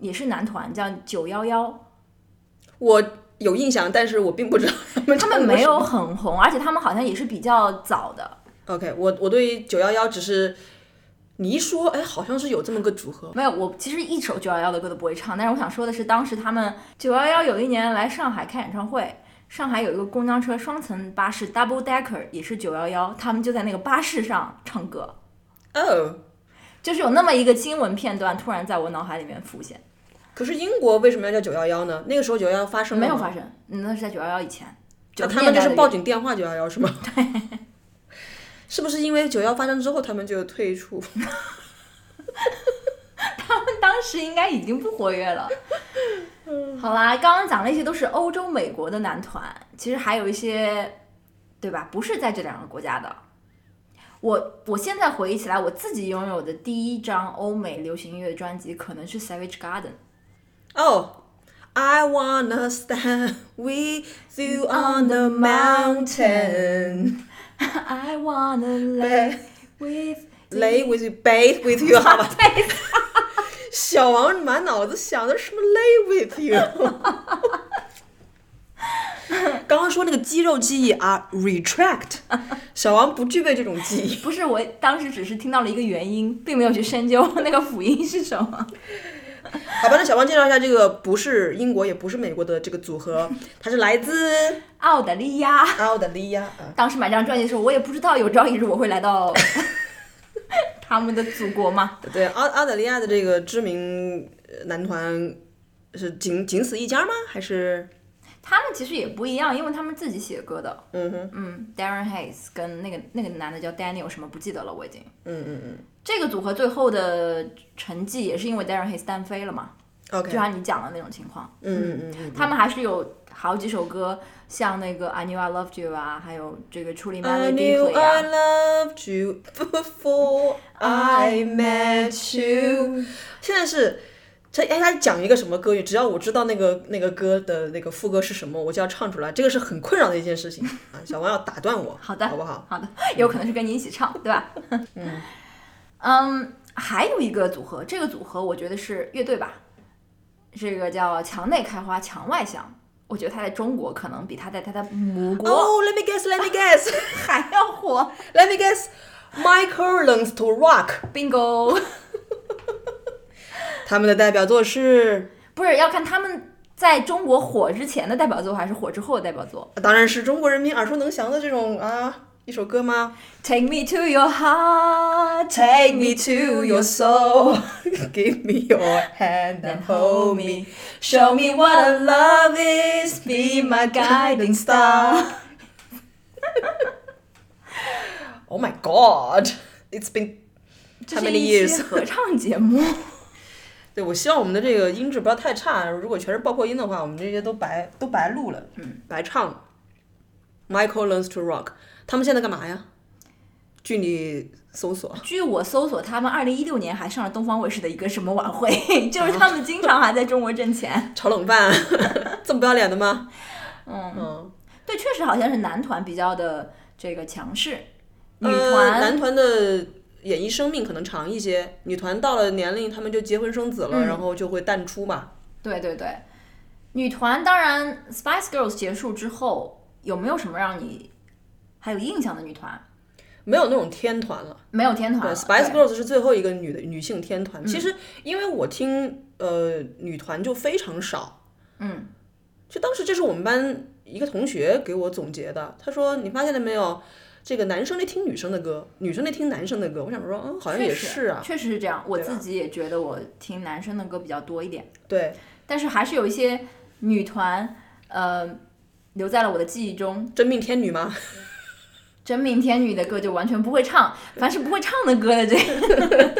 也是男团叫九幺幺？
我有印象，但是我并不知道 他们
他
唱
们
过
没
什
有
么。
很红，而且他们好像也是比较早的。
OK，我我对九幺幺只是你一说，哎，好像是有这么个组合。
没有，我其实一首九幺幺的歌都不会唱，但是我想说的是，当时他们九幺幺有一年来上海开演唱会，上海有一个公交车双层巴士 double decker 也是九幺幺，他们就在那个巴士上唱歌，
哦，
就是有那么一个新闻片段突然在我脑海里面浮现，
可是英国为什么要叫九幺幺呢？那个时候九幺幺发生了
没有
吗
发，生，嗯那是在九幺幺以前，
那
就
他们就是报警电话九幺幺是吗？对。 是不是因为九幺发生之后，他们就退出？
当时应该已经不活跃了。好啦，刚刚讲了一些都是欧洲、美国的男团，其实还有一些，对吧？不是在这两个国家的。我我现在回忆起来，我自己拥有的第一张欧美流行音乐专辑可能是 Savage Garden。
哦、i wanna stand with you on the mountain, Eh,
I wanna lay with
lay with you, bathe with you，好吧？小王满脑子想的是什么 lay with you。刚刚说那个肌肉记忆啊，retract，小王不具备这种记忆。
不是，我当时只是听到了一个元音，并没有去深究那个辅音是什 么。
好吧，那小王介绍一下这个不是英国也不是美国的这个组合，它是来自
澳大利亚。
澳大利亚啊。
当时买这张专辑的时候，我也不知道有朝一日我会来到 他们的祖国嘛。
对，澳澳大利亚的这个知名呃男团是仅仅此一家吗？还是
他们其实也不一样，因为他们自己写歌的。
嗯哼
嗯，Darren Hayes 跟那个那个男的叫 Daniel 什么不记得了，我已经。
嗯嗯嗯
这个组合最后的成绩也是因为 Darren Hayes 单飞了嘛，
，OK，
就像你讲的那种情况。
嗯嗯嗯
他们还是有好几首歌，像那个 I Knew I Loved You 啊，还有这个 Truly
I
Madly
knew
Deeply 啊。
I loved you before I met you。现在是，这哎，他讲一个什么歌语，只要我知道那个那个歌的那个副歌是什么，我就要唱出来。这个是很困扰的一件事情啊！小王要打断我，
好的，
好不好？？
好的，有可能是跟你一起唱，对吧？嗯还有一个组合，这个组合我觉得是乐队吧，这个叫墙内开花墙外香。我觉得他在中国可能比他在他的母国
哦、l e t me guess，Let me guess，Let
还要火。
me guess，Michael learns to rock。
Bingo，
他们的代表作是，
不是要看他们在中国火之前的代表作还是火之后的代表作。
当然是中国人民耳熟能详的这种啊一首歌吗
Take me to your heart，
？Take me to your soul, give me your hand and hold me, show me what a love is, be my guiding star. Oh my God, it's been
这
how
是
many
一
years？
期合唱节目。
对，我希望我们的这个音质不要太差，如果全是爆破音的话，我们这些都白都白录了，嗯，白唱了。Michael learns to rock，他们现在干嘛呀？据你搜索，
据我搜索，他们二零一六年还上了东方卫视的一个什么晚会，
啊
就是他们经常还在中国挣钱。
炒冷饭， 这么不要脸的吗？
对，确实好像是男团比较的这个强势，女
呃，
团、
男团的演艺生命可能长一些，女团到了年龄，他们就结婚生子了，然后就会淡出嘛。
对对对，女团当然 Spice Girls 结束之后有没有什么让你还有印象的女团？
没有那种天团了。
没有天团
对
了
，Spice
啊对嗯
Girls 是最后一个女的女性天团。其实因为我听呃女团就非常少，
嗯，
就当时这是我们班一个同学给我总结的，他说你发现了没有，这个男生在听女生的歌，女生在听男生的歌。我想说，嗯，好像
确
也
实
是啊，
确实是这样。我
对吧
自己也觉得我听男生的歌比较多一点，
对，
但是还是有一些女团，呃，留在了我的记忆中。
真命天女吗？
真命天女的歌就完全不会唱，凡是不会唱的歌的这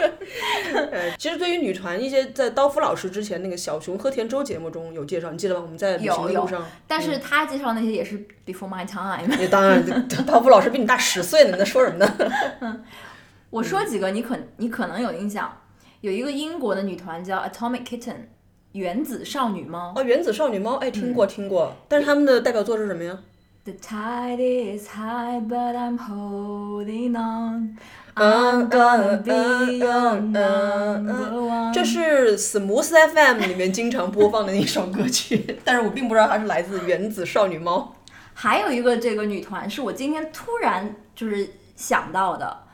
呃，其实对于女团一些在刀夫老师之前那个小熊喝甜粥节目中有介绍，你记得吗？我们在旅行的
有
路
有
上，
但是他介绍那些也是 before my time。啊
也当然，刀夫老师比你大十岁呢，你在说什么呢？
我
嗯
说几个你可你可能有印象，有一个英国的女团叫 Atomic Kitten，原子少女猫。
哦，原子少女猫，哎，听
嗯
过听过，但是他们的代表作是什么呀？
The tide is high, but I'm holding on.
嗯
I'm
嗯
gonna be
嗯
your
嗯
number
嗯
one。
这是 Smooth FM 里面经常播放的那首歌曲， 但是我并不知道它是来自原子少女猫。
还有一个这个女团是我今天突然就是想到的，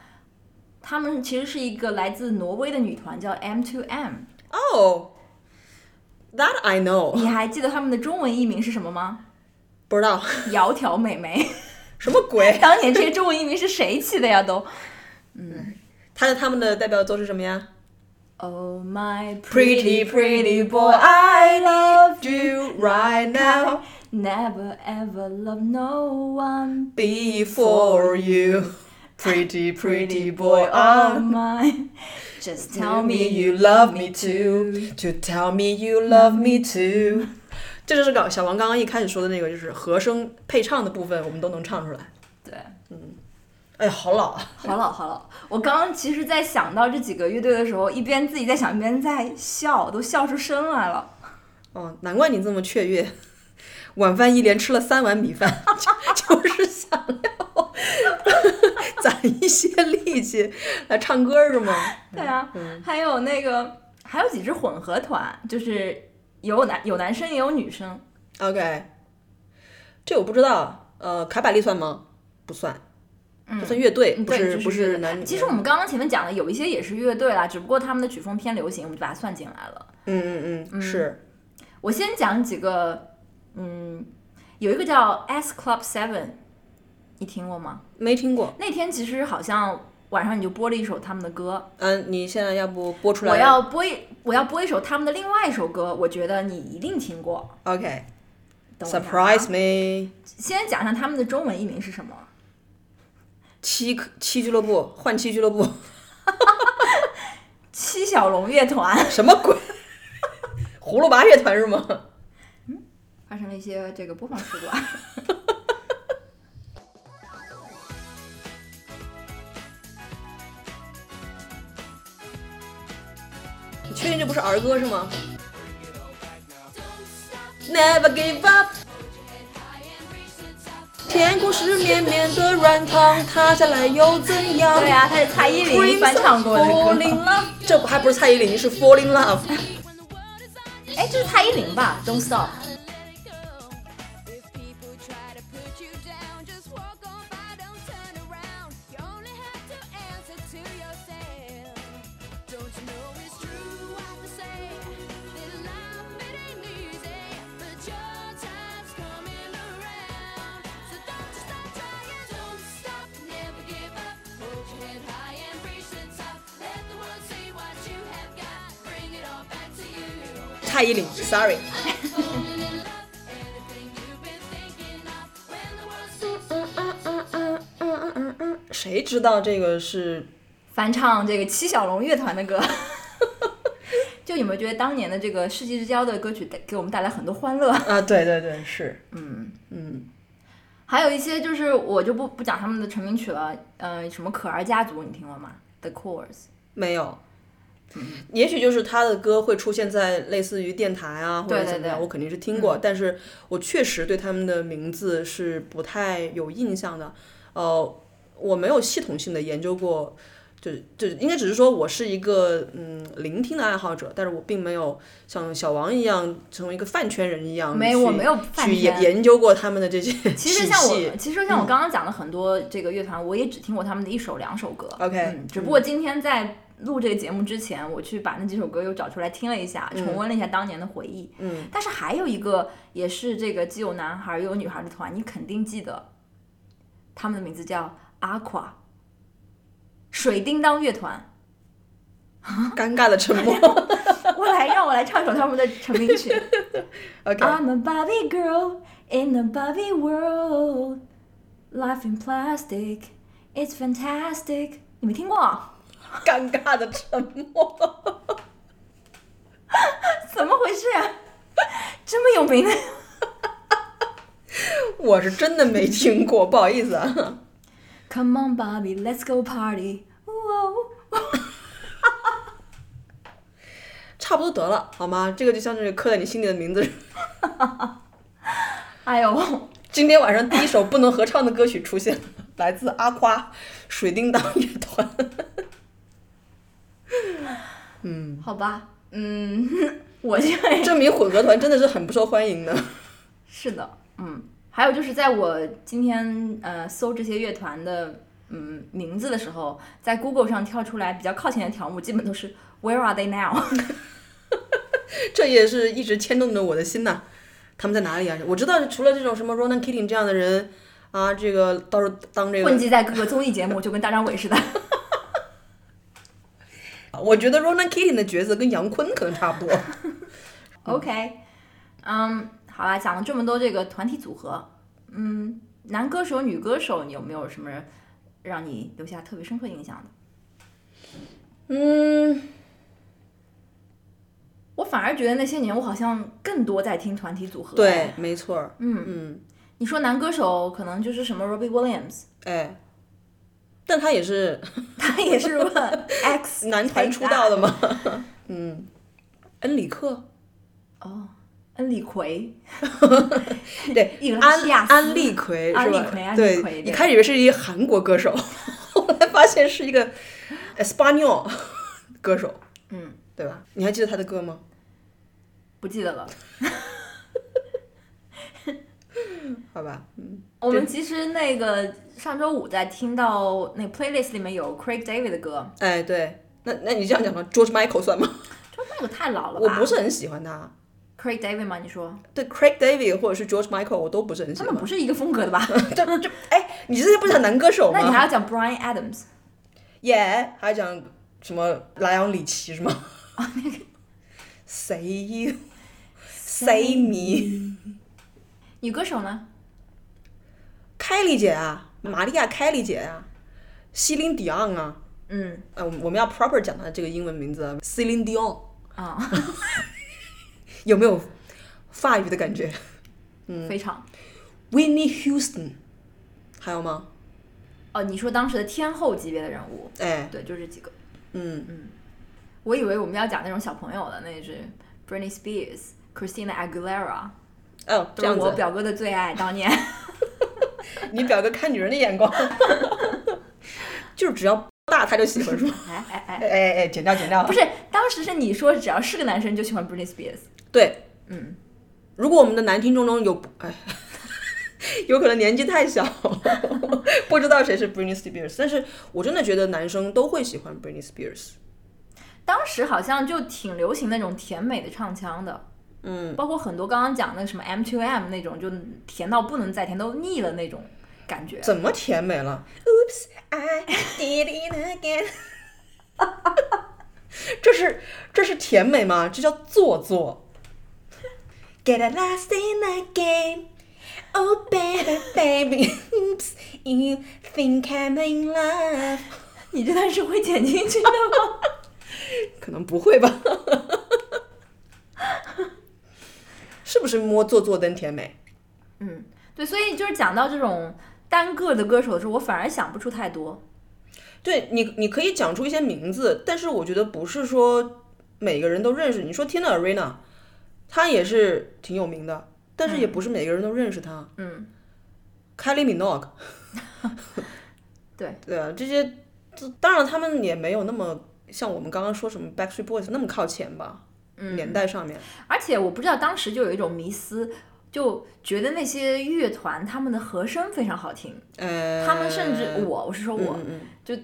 她们其实是一个来自挪威的女团，叫 M to M。
哦、t h a t I know，
你还记得她们的中文译名是什么吗？
不知道
窈窕美眉。
什么鬼。
当年这些中文译名是谁起的呀？都。
他的他们的代表作是什么呀
Oh my
Pretty, pretty
pretty pretty
boy,
boy, I love you.
？Do right now
Never ever love no one
before you, pretty pretty boy,
of
I'm
mine. Oh, Just tell
Tell me
me
you
you
love me too, to tell me you love me too。这 就是搞小王刚刚一开始说的那个，就是和声配唱的部分，我们都能唱出来。
对，
哎，好老啊！
好老好老。我刚刚其实，在想到这几个乐队的时候，一边自己在想，一边在笑，都笑出声来了。
哦，难怪你这么雀跃。 晚饭一连吃了三碗米饭， 就就是想要 攒一些力气来唱歌是吗？
对啊，还有那个，还有几支混合团，就是有男有男生也有女生。
OK，这我不知道。呃，卡百利算吗？不算，不算乐队，
嗯
不
对
是
就是
不
乐
是
队
男。
其实我们刚刚前面讲的有一些也是乐队啦，只不过他们的曲风偏流行，我们就把它算进来了。
嗯嗯嗯是
我先讲几个，嗯，有一个叫 S Club Seven，你听过吗？
没听过。
那天其实好像晚上你就播了一首他们的歌，
嗯、你现在要不播出来？
我要播一我要播一首他们的另外一首歌，我觉得你一定听过。等我一下啊
OK，surprise、me，
先讲一下他们的中文译名是什么？
七七俱乐部，换妻俱乐部，
七小龙乐团。
什么鬼？ 葫芦娃乐团是吗？
发生了一些这个播放事故啊。
你确定这不是儿歌是吗？Never give up。天空是绵绵的软糖，塌下来又怎样？
对呀、啊，他是蔡依林翻唱过的
Falling in
歌。
love，这不还不是蔡依林，是 Fall in love。
哎，这是蔡依林吧？Don't stop。
If people try to put you down, just walk on by, don't turn around. You only have to answer to yourself. Don't you know it's true what they say? That life it ain't easy, but your time's coming around. So don't you stop trying, don't stop, never give up. Hold your head high and reach the top. Let the world see what you have got. Bring it all back to you.
蔡依林，Sorry。谁知道这个是
翻唱这个七小龙乐团的歌。 就有没有觉得当年的这个世纪之交的歌曲带给我们带来很多欢乐？
啊？对对对，是，嗯
还有一些就是我就不不讲他们的成名曲了，呃，什么可儿家族你听过吗？The Course。
没有。
嗯
也许就是他的歌会出现在类似于电台啊，或者
对对
怎么样，
对嗯
我肯定是听过，但是我确实对他们的名字是不太有印象的。呃，我没有系统性的研究过，就就应该只是说我是一个嗯聆听的爱好者，但是我并没有像小王一样成为一个饭圈人一样去，
没我没有饭
去研
圈
研究过他们的这些体系。
其实像 我，其实像
嗯
我刚刚讲的很多这个乐团，我也只听过他们的一首两首歌。
OK，嗯
嗯，只不过今天在录这个节目之前，我去把那几首歌又找出来听了一下，重温了一下当年的回忆。
嗯，
但是还有一个也是这个既有男孩又有女孩的团，你肯定记得，他们的名字叫 Aqua，水叮当乐团。
尴尬的沉
啊
默。
我来，让我来唱一首他们的成名曲。
OK，
I'm a Barbie girl in a Barbie world. Life in plastic, it's fantastic. 你没听过 啊？
尴尬的沉默。
怎么回事啊？ 这么有名 的？
我是真的没听过，不好意思啊。
Come on, Barbie, let's go party. 哇哦，
差不多得了，好吗？这个就像是刻在你心里的名字。
哎呦，
今天晚上第一首不能合唱的歌曲出现了， 来自阿夸水叮当乐团。
好吧，嗯， 我这个
证明混合团真的是很不受欢迎的。
是的，嗯，还有就是在我今天呃搜这些乐团的嗯名字的时候，在 Google 上跳出来比较靠前的条目，基本都是 Where are they now？
这也是一直牵动着我的心呐、他们在哪里啊？我知道，除了这种什么 Ronan Keating 这样的人啊，这个到时候当这
混
个，
迹在各个综艺节目，就跟大张伟似的。
我觉得 Ronan Keating 的角色跟杨坤可能差 不多。
OK，嗯，好啦，讲了这么多这个团体组合，嗯，男歌手、女歌手，你有没有什么让你留下特别深刻印象的？
嗯，
我反而觉得那些年我好像更多在听团体组合。
对，，没错儿。
嗯
嗯，
你说男歌手可能就是什么 Robbie Williams，
哎，但他也是
他也是 X
男团出道的吗？ 嗯，恩里克，
哦，恩里奎，
对
伊，格拉
安
西亚斯
安利奎
安
是
利
吧
奎安？利奎
对，
对
一开始以为是一韩国歌手， 后来发现是一个 Espanol 歌手，
嗯，
对吧？你还记得他的歌吗？
不记得了。
好吧，嗯，
我们其实那个上周五在听到那 playlist 里面有 Craig David 的歌，
哎，对，那那你这样讲吧，George Michael 算吗？
就那个太老了吧？
我不是很喜欢他。
Craig David 吗？你说
对 Craig David 或者是 George Michael，我都不是很喜
他
欢
们。不是一个风格的吧？
这这，哎，你这不是讲男歌手吗？
那你还要讲 Brian Adams，
耶，还讲什么莱昂里奇是吗？啊，那个 谁哟谁迷
女歌手呢？
凯莉姐啊，玛利亚凯莉姐啊，西林迪昂啊，
嗯
呃，我们我们要 proper 讲她的这个英文名字啊，Celine Dion，
啊，
有没有法语的感觉嗯
非常。
？Winnie Houston，还有吗？
哦，你说当时的天后级别的人物，
哎，
对，就这几个。
嗯，
我以为我们要讲那种小朋友的，那是 Britney Spears、Christina Aguilera，
哦，这
都是
样
我
子，
表哥的最爱，当年。
你表哥看女人的眼光， 就是只要大他就喜欢是吗？
哎哎
哎
哎，
哎哎，剪掉剪掉，
不是，当时是你说只要是个男生就喜欢 Britney Spears，
对，
嗯，
如果我们的男听众中有，哎， 有可能年纪太小， 不知道谁是 Britney Spears，但是我真的觉得男生都会喜欢 Britney Spears。
当时好像就挺流行那种甜美的唱腔的。
嗯，
包括很多刚刚讲的什么 M to M 那种，就甜到不能再甜，都腻了那种感觉。
怎么甜美了？Oops, I did it again 这是这是甜美吗？这叫做作。Get a last in the game, oh baby, baby, oops, you think I'm in love。
你这段是会剪进去的吗？
可能不会吧？ 是不是摸做作灯甜美？
嗯，对，所以就是讲到这种单个的歌手的时候，我反而想不出太多。
对你，你可以讲出一些名字，但是我觉得不是说每个人都认识。你说 Tina Arena，她也是挺有名的，但是也不是每个人都认识她。
嗯，
Kylie Minogue，
对，
对啊，这些，这当然他们也没有那么像我们刚刚说什么 Backstreet Boys 那么靠前吧，
嗯
年代上面。
而且我不知道当时就有一种迷思，就觉得那些乐团他们的和声非常好听，
呃，
他们甚至我，我是说我，
嗯嗯
就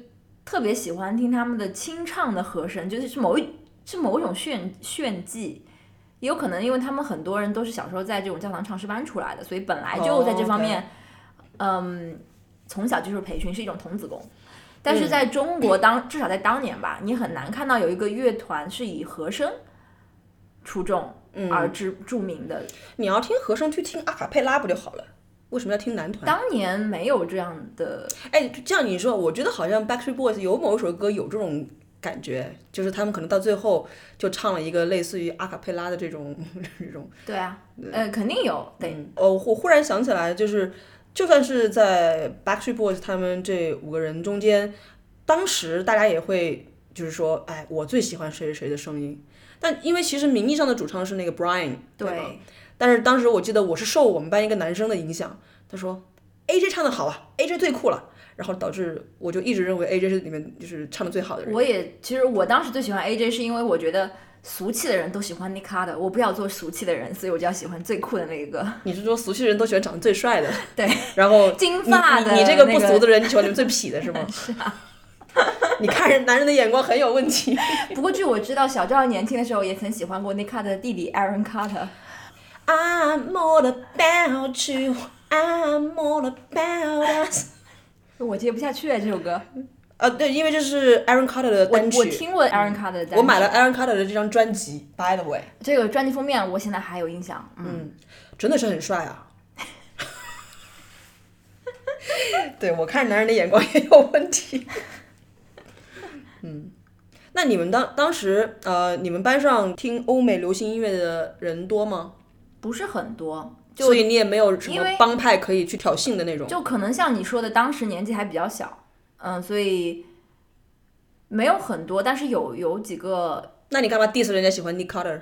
特别喜欢听他们的清唱的和声，就是是某一是某一种炫炫技。也有可能，因为他们很多人都是小时候在这种教堂唱诗班出来的，所以本来就在这方面嗯，从小接受培训是一种童子功。但是
嗯
在中国当、至少在当年吧，你很难看到有一个乐团是以和声出众
嗯
而知著名的。
你要听和声去听阿卡佩拉不就好了？为什么要听男团？
当年没有这样的，
哎，这样你说，我觉得好像 Backstreet Boys 有某一首歌有这种感觉，就是他们可能到最后就唱了一个类似于阿卡佩拉的这种 这种。
对啊，呃，肯定有，对，
哦，我忽然想起来，就是就算是在 Backstreet Boys 他们这五个人中间，当时大家也会就是说，哎，我最喜欢谁谁谁的声音。但因为其实名义上的主唱是那个 Brian，
对
吗但是当时我记得我是受我们班一个男生的影响，他说 AJ 唱的好啊，AJ 最酷了，然后导致我就一直认为 AJ 是里面就是唱的最好的人。
我也其实我当时最喜欢 AJ 是因为我觉得俗气的人都喜欢 Nick a 的，我不要做俗气的人，所以我就要喜欢最酷的那一个。
你是说俗气人都喜欢长得最帅的，
对，
然后
金发的
你你，你这个
那
不
个
俗的人，你喜欢你们最痞的是吗？ 是啊。你看人男人的眼光很有问题。
不过据我知道，小赵年轻的时候也曾喜欢过 Nick a 的弟弟 Aaron Carter。
I'm all about you, I'm all about us。
我接不下去啊这首歌。
呃，对，因为这是 Aaron Carter 的
我
单曲，嗯
我听过 Aaron Carter 的单曲，
我买了 Aaron Carter 的这张专辑，By the way，
这个专辑封面，我现在还有印象。嗯，
真的是很帅啊。 对我看男人的眼光也有问题。嗯，那你们当当时呃，你们班上听欧美流行音乐的人多吗？
不是很多，就
所以你也没有什
因
么
为
帮派可以去挑衅的那种。
就可能像你说的，当时年纪还比较小，嗯，所以没有很多，但是有有几个。
那你干嘛 diss 人家喜欢 Nick Carter？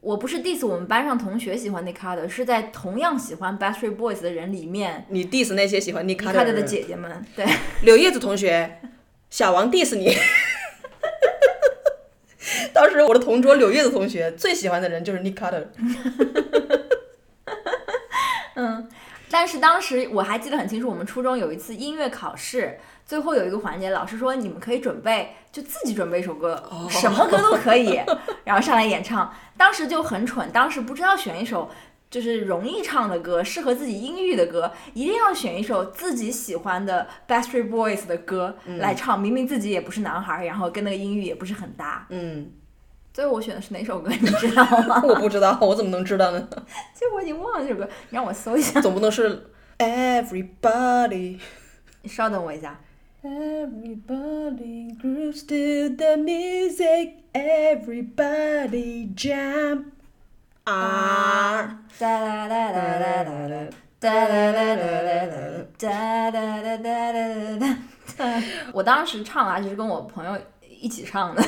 我不是 diss 我们班上同学喜欢 Nick Carter，是在同样喜欢 Backstreet Boys 的人里面
你 diss 那些喜欢 Nick
，Nick
Carter
Carter 的
人
姐姐们，对，
柳叶子同学，小王 diss 你。 当时我的同桌柳叶子同学最喜欢的人就是 Nick Carter。
但是当时我还记得很清楚，我们初中有一次音乐考试，最后有一个环节，老师说你们可以准备，就自己准备一首歌，什么歌都可以，然后上来演唱。当时就很蠢，当时不知道选一首就是容易唱的歌，适合自己音域的歌，一定要选一首自己喜欢的 Backstreet Boys 的歌来唱。明明自己也不是男孩，然后跟那个音域也不是很搭。
嗯，
最后我选的是哪首歌，你知道 吗？
我不知道，我怎么能知道呢？
其实我已经忘了这首歌，你让我搜一下。
总不能是 Everybody。
你 稍等我一下。
Everybody grooves to the music. Everybody jump. 啊！
哒啦啦啦啦啦啦。哒啦啦啦啦啦哒啦啦啦啦啦哒。我当时唱完就是跟我朋友一起唱的，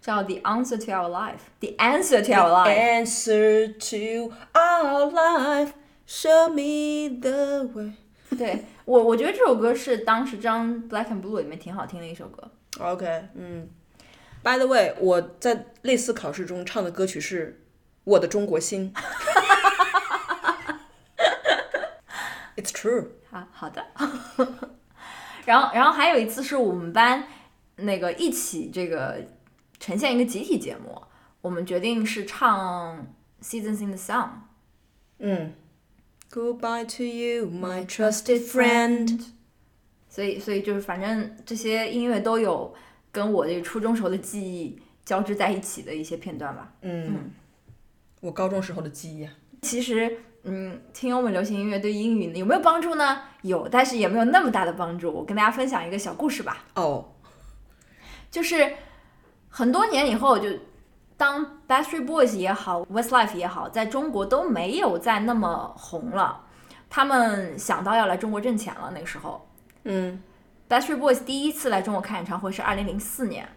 叫《The Answer to Our Life》，《The Answer to Our Life》。
Answer to our life. Show me the way.
对我，我觉得这首歌是当时这张《Black and Blue》里面挺好听的一首歌。
OK，嗯。By the way，我在类似考试中唱的歌曲是《我的中国心》。It's true。
啊，好的。 然后，然后还有一次是我们班那个一起这个呈现一个集体节目，我们决定是唱《Seasons in the Sun》。
嗯。Goodbye to you, my trusted friend。
所以所以就是反正这些音乐都有跟我这个初中时候的记忆交织在一起的一些片段吧。
嗯，我高中时候的记忆啊。
其实，嗯，听欧美流行音乐对英语有没有帮助呢？有，但是也没有那么大的帮助。我跟大家分享一个小故事吧，
哦，
就是很多年以后就。当 Backstreet Boys 也好，Westlife 也好，在中国都没有再那么红了，他们想到要来中国挣钱了。那个时候，
嗯，
Backstreet Boys 第一次来中国看演唱会是二零零四年。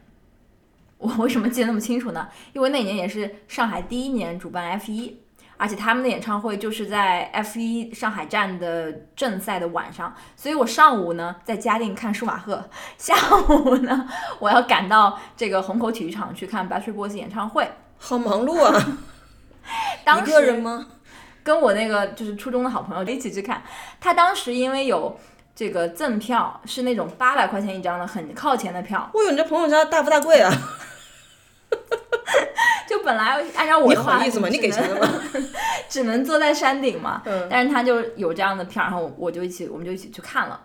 我为什么记得那么清楚呢？因为那年也是上海第一年主办 F 一，而且他们的演唱会就是在 F 一上海站的正赛的晚上，所以我上午呢在嘉定看舒马赫，下午呢我要赶到这个虹口体育场去看 Backstreet Boys 演唱会。
好忙碌啊，
当
一
时
个人吗？
跟我那个就是初中的好朋友一起去看。他当时因为有这个赠票是那种八百块钱一张的，很靠前的票。
我有你这朋友家大富大贵啊！
就本来按照 我
你
的话，
好意思吗？你给
只能
钱了吗？
只能坐在山顶嘛。
嗯
但是他就有这样的片儿，然后我就一起，我们就一起去看了。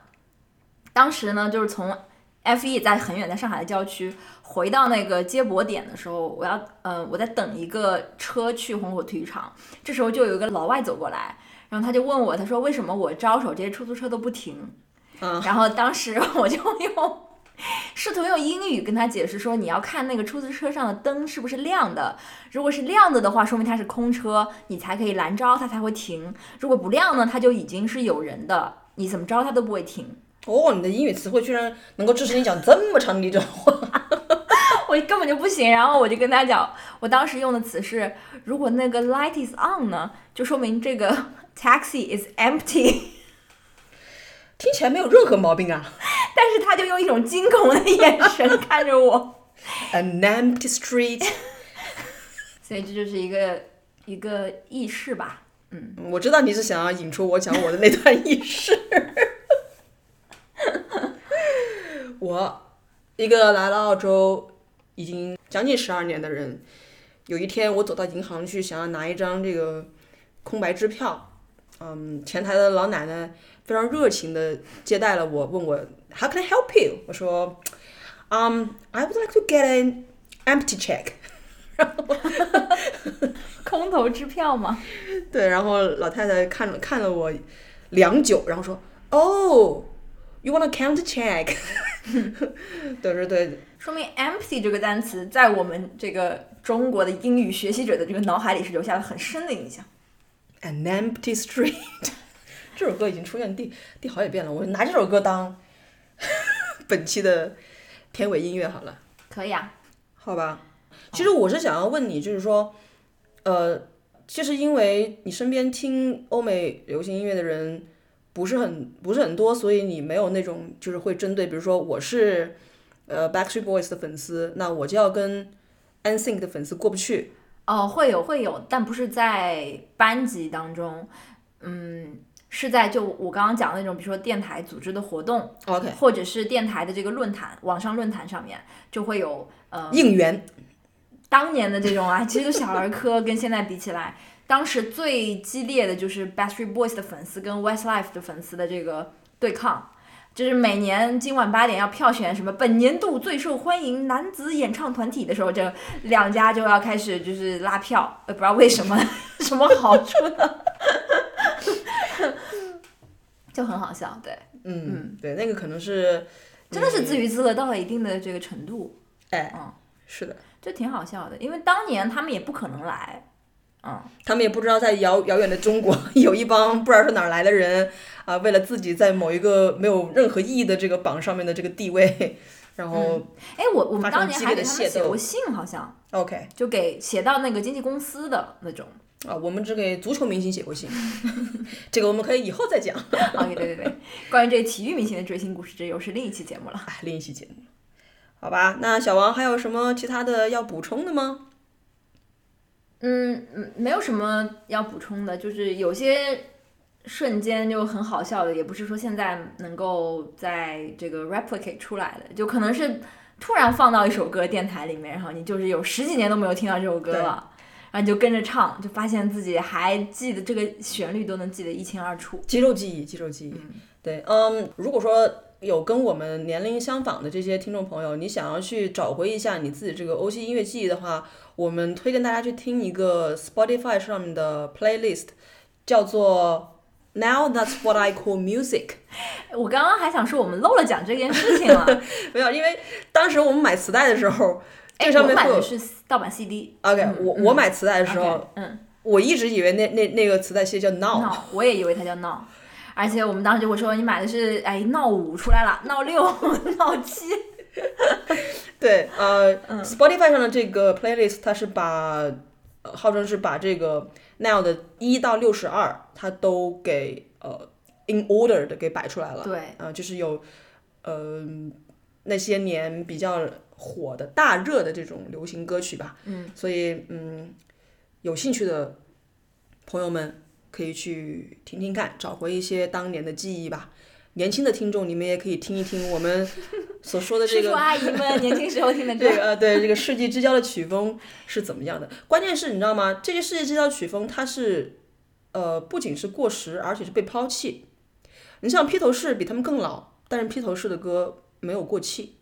当时呢，就是从 F E 在很远，在上海的郊区，回到那个接驳点的时候，我要，呃，我在等一个车去虹口体育场。这时候就有一个老外走过来，然后他就问我，他说为什么我招手这些出租车都不停？
嗯
然后当时 我就用。试图用英语跟他解释说，你要看那个出租车上的灯是不是亮的，如果是亮的的话，说明它是空车，你才可以拦招，它才会停；如果不亮呢，它就已经是有人的，你怎么招它都不会停。
哦，你的英语词汇居然能够支持你讲这么长的一段话。
我根本就不行，然后我就跟他讲，我当时用的词是，如果那个 light is on 呢，就说明这个 taxi is empty。
听起来没有任何毛病啊。
但是他就用一种惊恐的眼神看着我，
An empty street，
所以这就是一个一个轶事吧。嗯，
我知道你是想要引出我讲我的那段轶事。 我一个来了澳洲已经将近十二年的人，有一天我走到银行去，想要拿一张这个空白支票。嗯，前台的老奶奶非常热情的接待了我，问我 How can I help you？我说，Um, I would like to get an empty check。
空头支票嘛，
对，然后老太太看了看了我良久，然后说：“哦、y o u wanna count the check？” 对对对，
说明 empty 这个单词在我们这个中国的英语学习者的这个脑海里是留下了很深的印象。
An empty street，这 首歌已经出现第第好几遍了，我拿这首歌当 本期的片尾音乐好了，
可以啊，
好吧？其实我是想要问你，就是说，呃，就是因为你身边听欧美流行音乐的人不是很不是很多，所以你没有那种就是会针对，比如说我是呃 Backstreet Boys 的粉丝，那我就要跟 NSYNC 的粉丝过不去。
哦，会有会有，但不是在班级当中，嗯，是在就我刚刚讲的那种，比如说电台组织的活动，
OK，
或者是电台的这个论坛，网上论坛上面就会有呃
应援
当年的这种啊，其实就小儿科跟现在比起来，当时最激烈的就是 Backstreet Boys 的粉丝跟 Westlife 的粉丝的这个对抗，就是每年今晚八点要票选什么本年度最受欢迎男子演唱团体的时候，这两家就要开始就是拉票，呃，不知道为什么 什么好处呢， 就很好笑，对，
嗯，对，那个可能是
真的是自娱自乐到了一定的这个程度，
哎，
嗯
是的，
就挺好笑的，因为当年他们也不可能来，嗯。
他们也不知道在遥遥远的中国 有一帮不知道是哪儿来的人啊，为了自己在某一个没有任何意义的这个榜上面的这个地位，然后、
哎，我我
发生
们当年
激
还
烈的
给他
械
们写
斗
过信，好像
OK
就给写到那个经纪公司的那种。
啊，我们只给足球明星写过信， 这个我们可以以后再讲，
OK，对对对，关于这体育明星的追星故事，这又是另一期节目了。
哎，另一期节目，好吧？那小王还有什么其他的要补充的吗？
嗯，嗯，没有什么要补充的，就是有些瞬间就很好笑的，也不是说现在能够在这个 replicate 出来的，就可能是突然放到一首歌电台里面，然后你就是有十几年都没有听到这首歌了，然后你就跟着唱，就发现自己还记得这个旋律都能记得一清二楚。
肌肉记忆，肌肉记忆。对，嗯，如果说有跟我们年龄相仿的这些听众朋友，你想要去找回一下你自己这个欧系音乐记忆的话，我们推荐大家去听一个 Spotify 上面的 playlist，叫做 Now That's What I Call Music。
我刚刚还想说我们漏了讲这件事情了，
没有，因为当时我们买磁带的时候，这
哎，
个上
我
面
买
会有
的。是盗版 CD。
OK，、我我买磁带的时
OK，
候
嗯，
我一直以为那那那个磁带系列叫闹。
闹，我也以为它叫闹，而且我们当时我说你买的是哎闹五出来了，闹六、 闹七，
对，呃、s p o t i f y 上的这个 playlist，它是把呃号称是把这个 Now 的一到六十二，它都给呃 in order 的给摆出来了。
对
啊、就是有呃那些年比较火的大热的这种流行歌曲吧。嗯，所以嗯，有兴趣的朋友们可以去听听看，找回一些当年的记忆吧。年轻的听众，你们也可以听一听我们所 说的这
叔
个
叔阿姨们年轻时候 听的
这
歌
个，呃，对这个世纪之交的曲风是怎么样的？关键是你知道吗？这个世纪之交曲风它是呃不仅是过时，而且是被抛弃。你像披头士比他们更老，但是披头士的歌没有过气，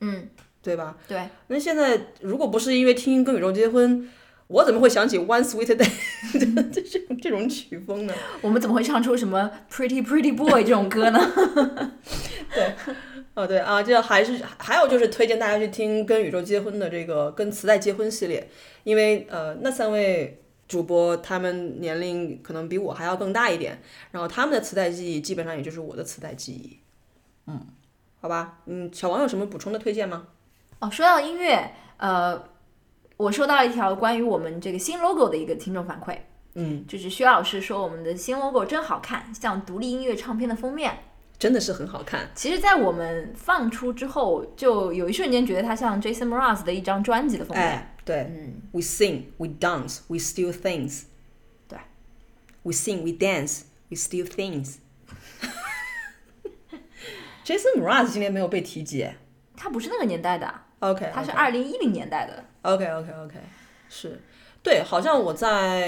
嗯，
对吧？
对，
那现在如果不是因为听《跟宇宙结婚》，我怎么会想起《One Sweet Day》这 这种这种曲风呢？
我们怎么会唱出什么 Pretty Pretty Boy 这种歌呢？
哦，对啊，这还是还有就是推荐大家去听《跟宇宙结婚》的这个《跟磁带结婚》系列，因为呃那三位主播他们年龄可能比我还要更大一点，然后他们的磁带记忆基本上也就是我的磁带记忆。嗯，好吧，嗯，小王有什么补充的推荐吗？
哦，说到音乐，呃，我收到一条关于我们这个新 logo 的一个听众反馈，
嗯，
就是薛老师说我们的新 logo 真好看，像独立音乐唱片的封面。
真的是很好看，
其实，在我们放出之后，就有一瞬间觉得它像 Jason Mraz 的一张专辑的封面。
哎，对、
嗯，
w e sing, we dance, we steal things.
对
，We sing, we dance, we steal things. Jason Mraz 今天没有被提及。
它不是那个年代的啊，
OK，
它是二零一零年代的。
OK OK OK，是对，好像我在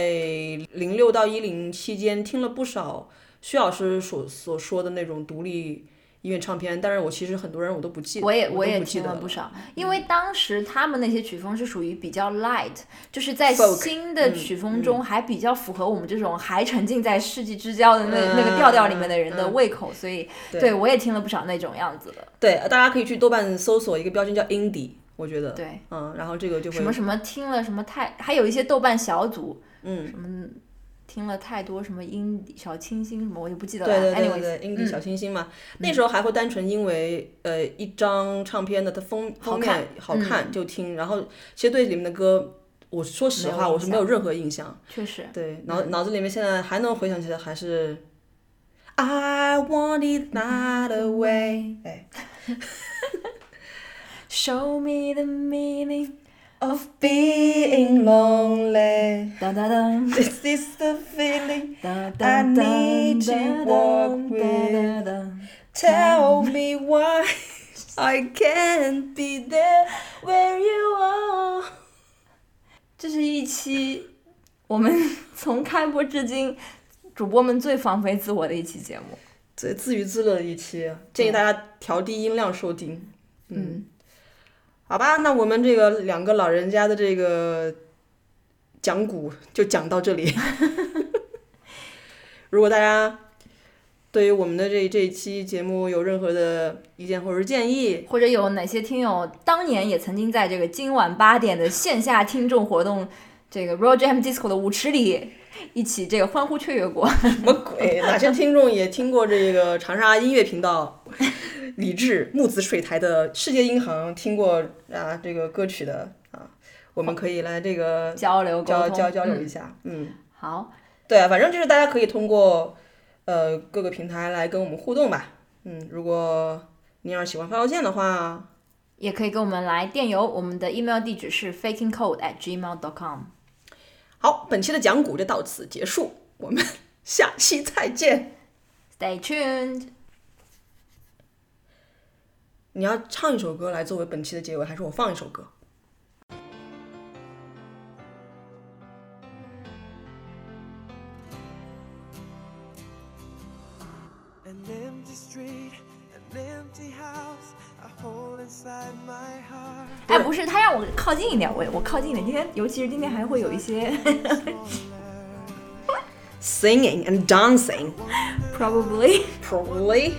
零六到一零期间听了不少薛老师所所说的那种独立音乐唱片，但是我其实很多人我都不记得，
我也
我都
也
不记
听
得嗯
了不。少，因为当时他们那些曲风是属于比较 light，就是在
Folk，嗯
新的曲风中还比较符合我们这种还沉浸在世纪之交的那、
嗯
那个调调里面的人的胃口，所以对我也听了不少那种样子的，
对，大家可以去豆瓣搜索一个标签叫 indie，我觉得
对，
嗯，然后这个就会
什么什么听了什么太，还有一些豆瓣小组
嗯，
听了太多什么音小清新什么，我就不记得了。
对对对
Anyways，
对对
嗯
，indie 小清新嘛，那时候还会单纯因为呃一张唱片的它封封面好
嗯
看就听，然后其实对里面的歌，我说实
没有
话
印
我是没有任何印象。
确实，
对，脑脑子里面现在还能回想起来，还是 I want it that way。哎
Show me the meaning，
，Of being lonely,
哒哒哒。
this is the feeling.
哒
I need you walk with- Tell me why I can't be there where you are。
这是一期我们 从开播至今主播们最放飞自我的一期节目。
最自娱自乐的一期，建议大家调低音量收听。
嗯，
好吧，那我们这个两个老人家的这个讲古就讲到这里。 如果大家对于我们的这这一期节目有任何的意见或者是建 议，
或者有哪些听友当年也曾经在这个今晚八点的线下听众活动，这个 Royal Jam Disco 的舞池里一起这个欢呼雀跃过？
什么鬼？哎哪些听众也听过这个长沙音乐频道李志木子水台的世界银行听过啊这个歌曲的啊，我们可以来这个
交流沟
交
通
交交流
嗯
一下，嗯
好，
对啊，反正就是大家可以通过呃各个平台来跟我们互动吧。嗯，如果你要是喜欢发邮件的话，
也可以给我们来电邮，我们的 email 地址是 fakingcode at gmail.com。
好，本期的讲古就到此结束，我们 下期再见。
Stay tuned，
你要唱一首歌来作为本期的结尾，还是我放一首歌？
An empty street, an empty house, a hole inside my heart.
哎，不是，他让我靠近一点，我我靠近一点。今天，尤其是今天还会有一些
Singing and dancing,
probably。
probably。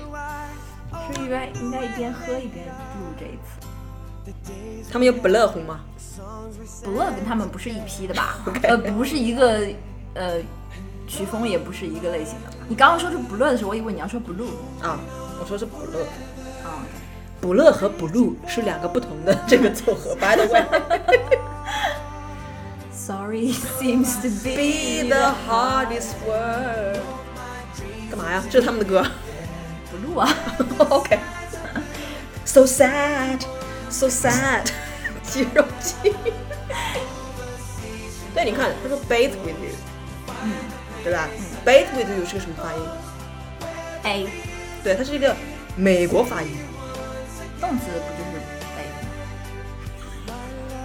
是一边应该一边喝一边录这一次。
他们有不乐乎吗？
不乐跟他们不是一批的吧？呃，不是一个呃曲风，也不是一个类型的吧？你刚刚说是不乐的时候，我以为你要说不录
啊，我说是不乐。
啊。
不乐和 blue 是两个不同的这个组合。By the way,
Sorry seems to be
be the hardest word。干嘛呀？这是他们的歌。
不录 啊。
OK。So sad, so sad，肌 肉记。 对，你看，他说 bathe with
哎
you，、对吧、b a t h with you 是个什么发音？
A
对，它是一个美国发音。
动词不就是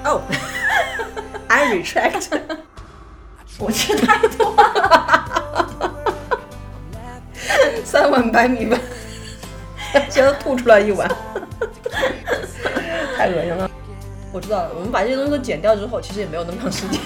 哎北？
哦，I retract。
我吃太多了，
三碗白米饭，全都吐出来一碗，太恶心了。我知道了，我们把这些东西都剪掉之后，其实也没有那么长时间。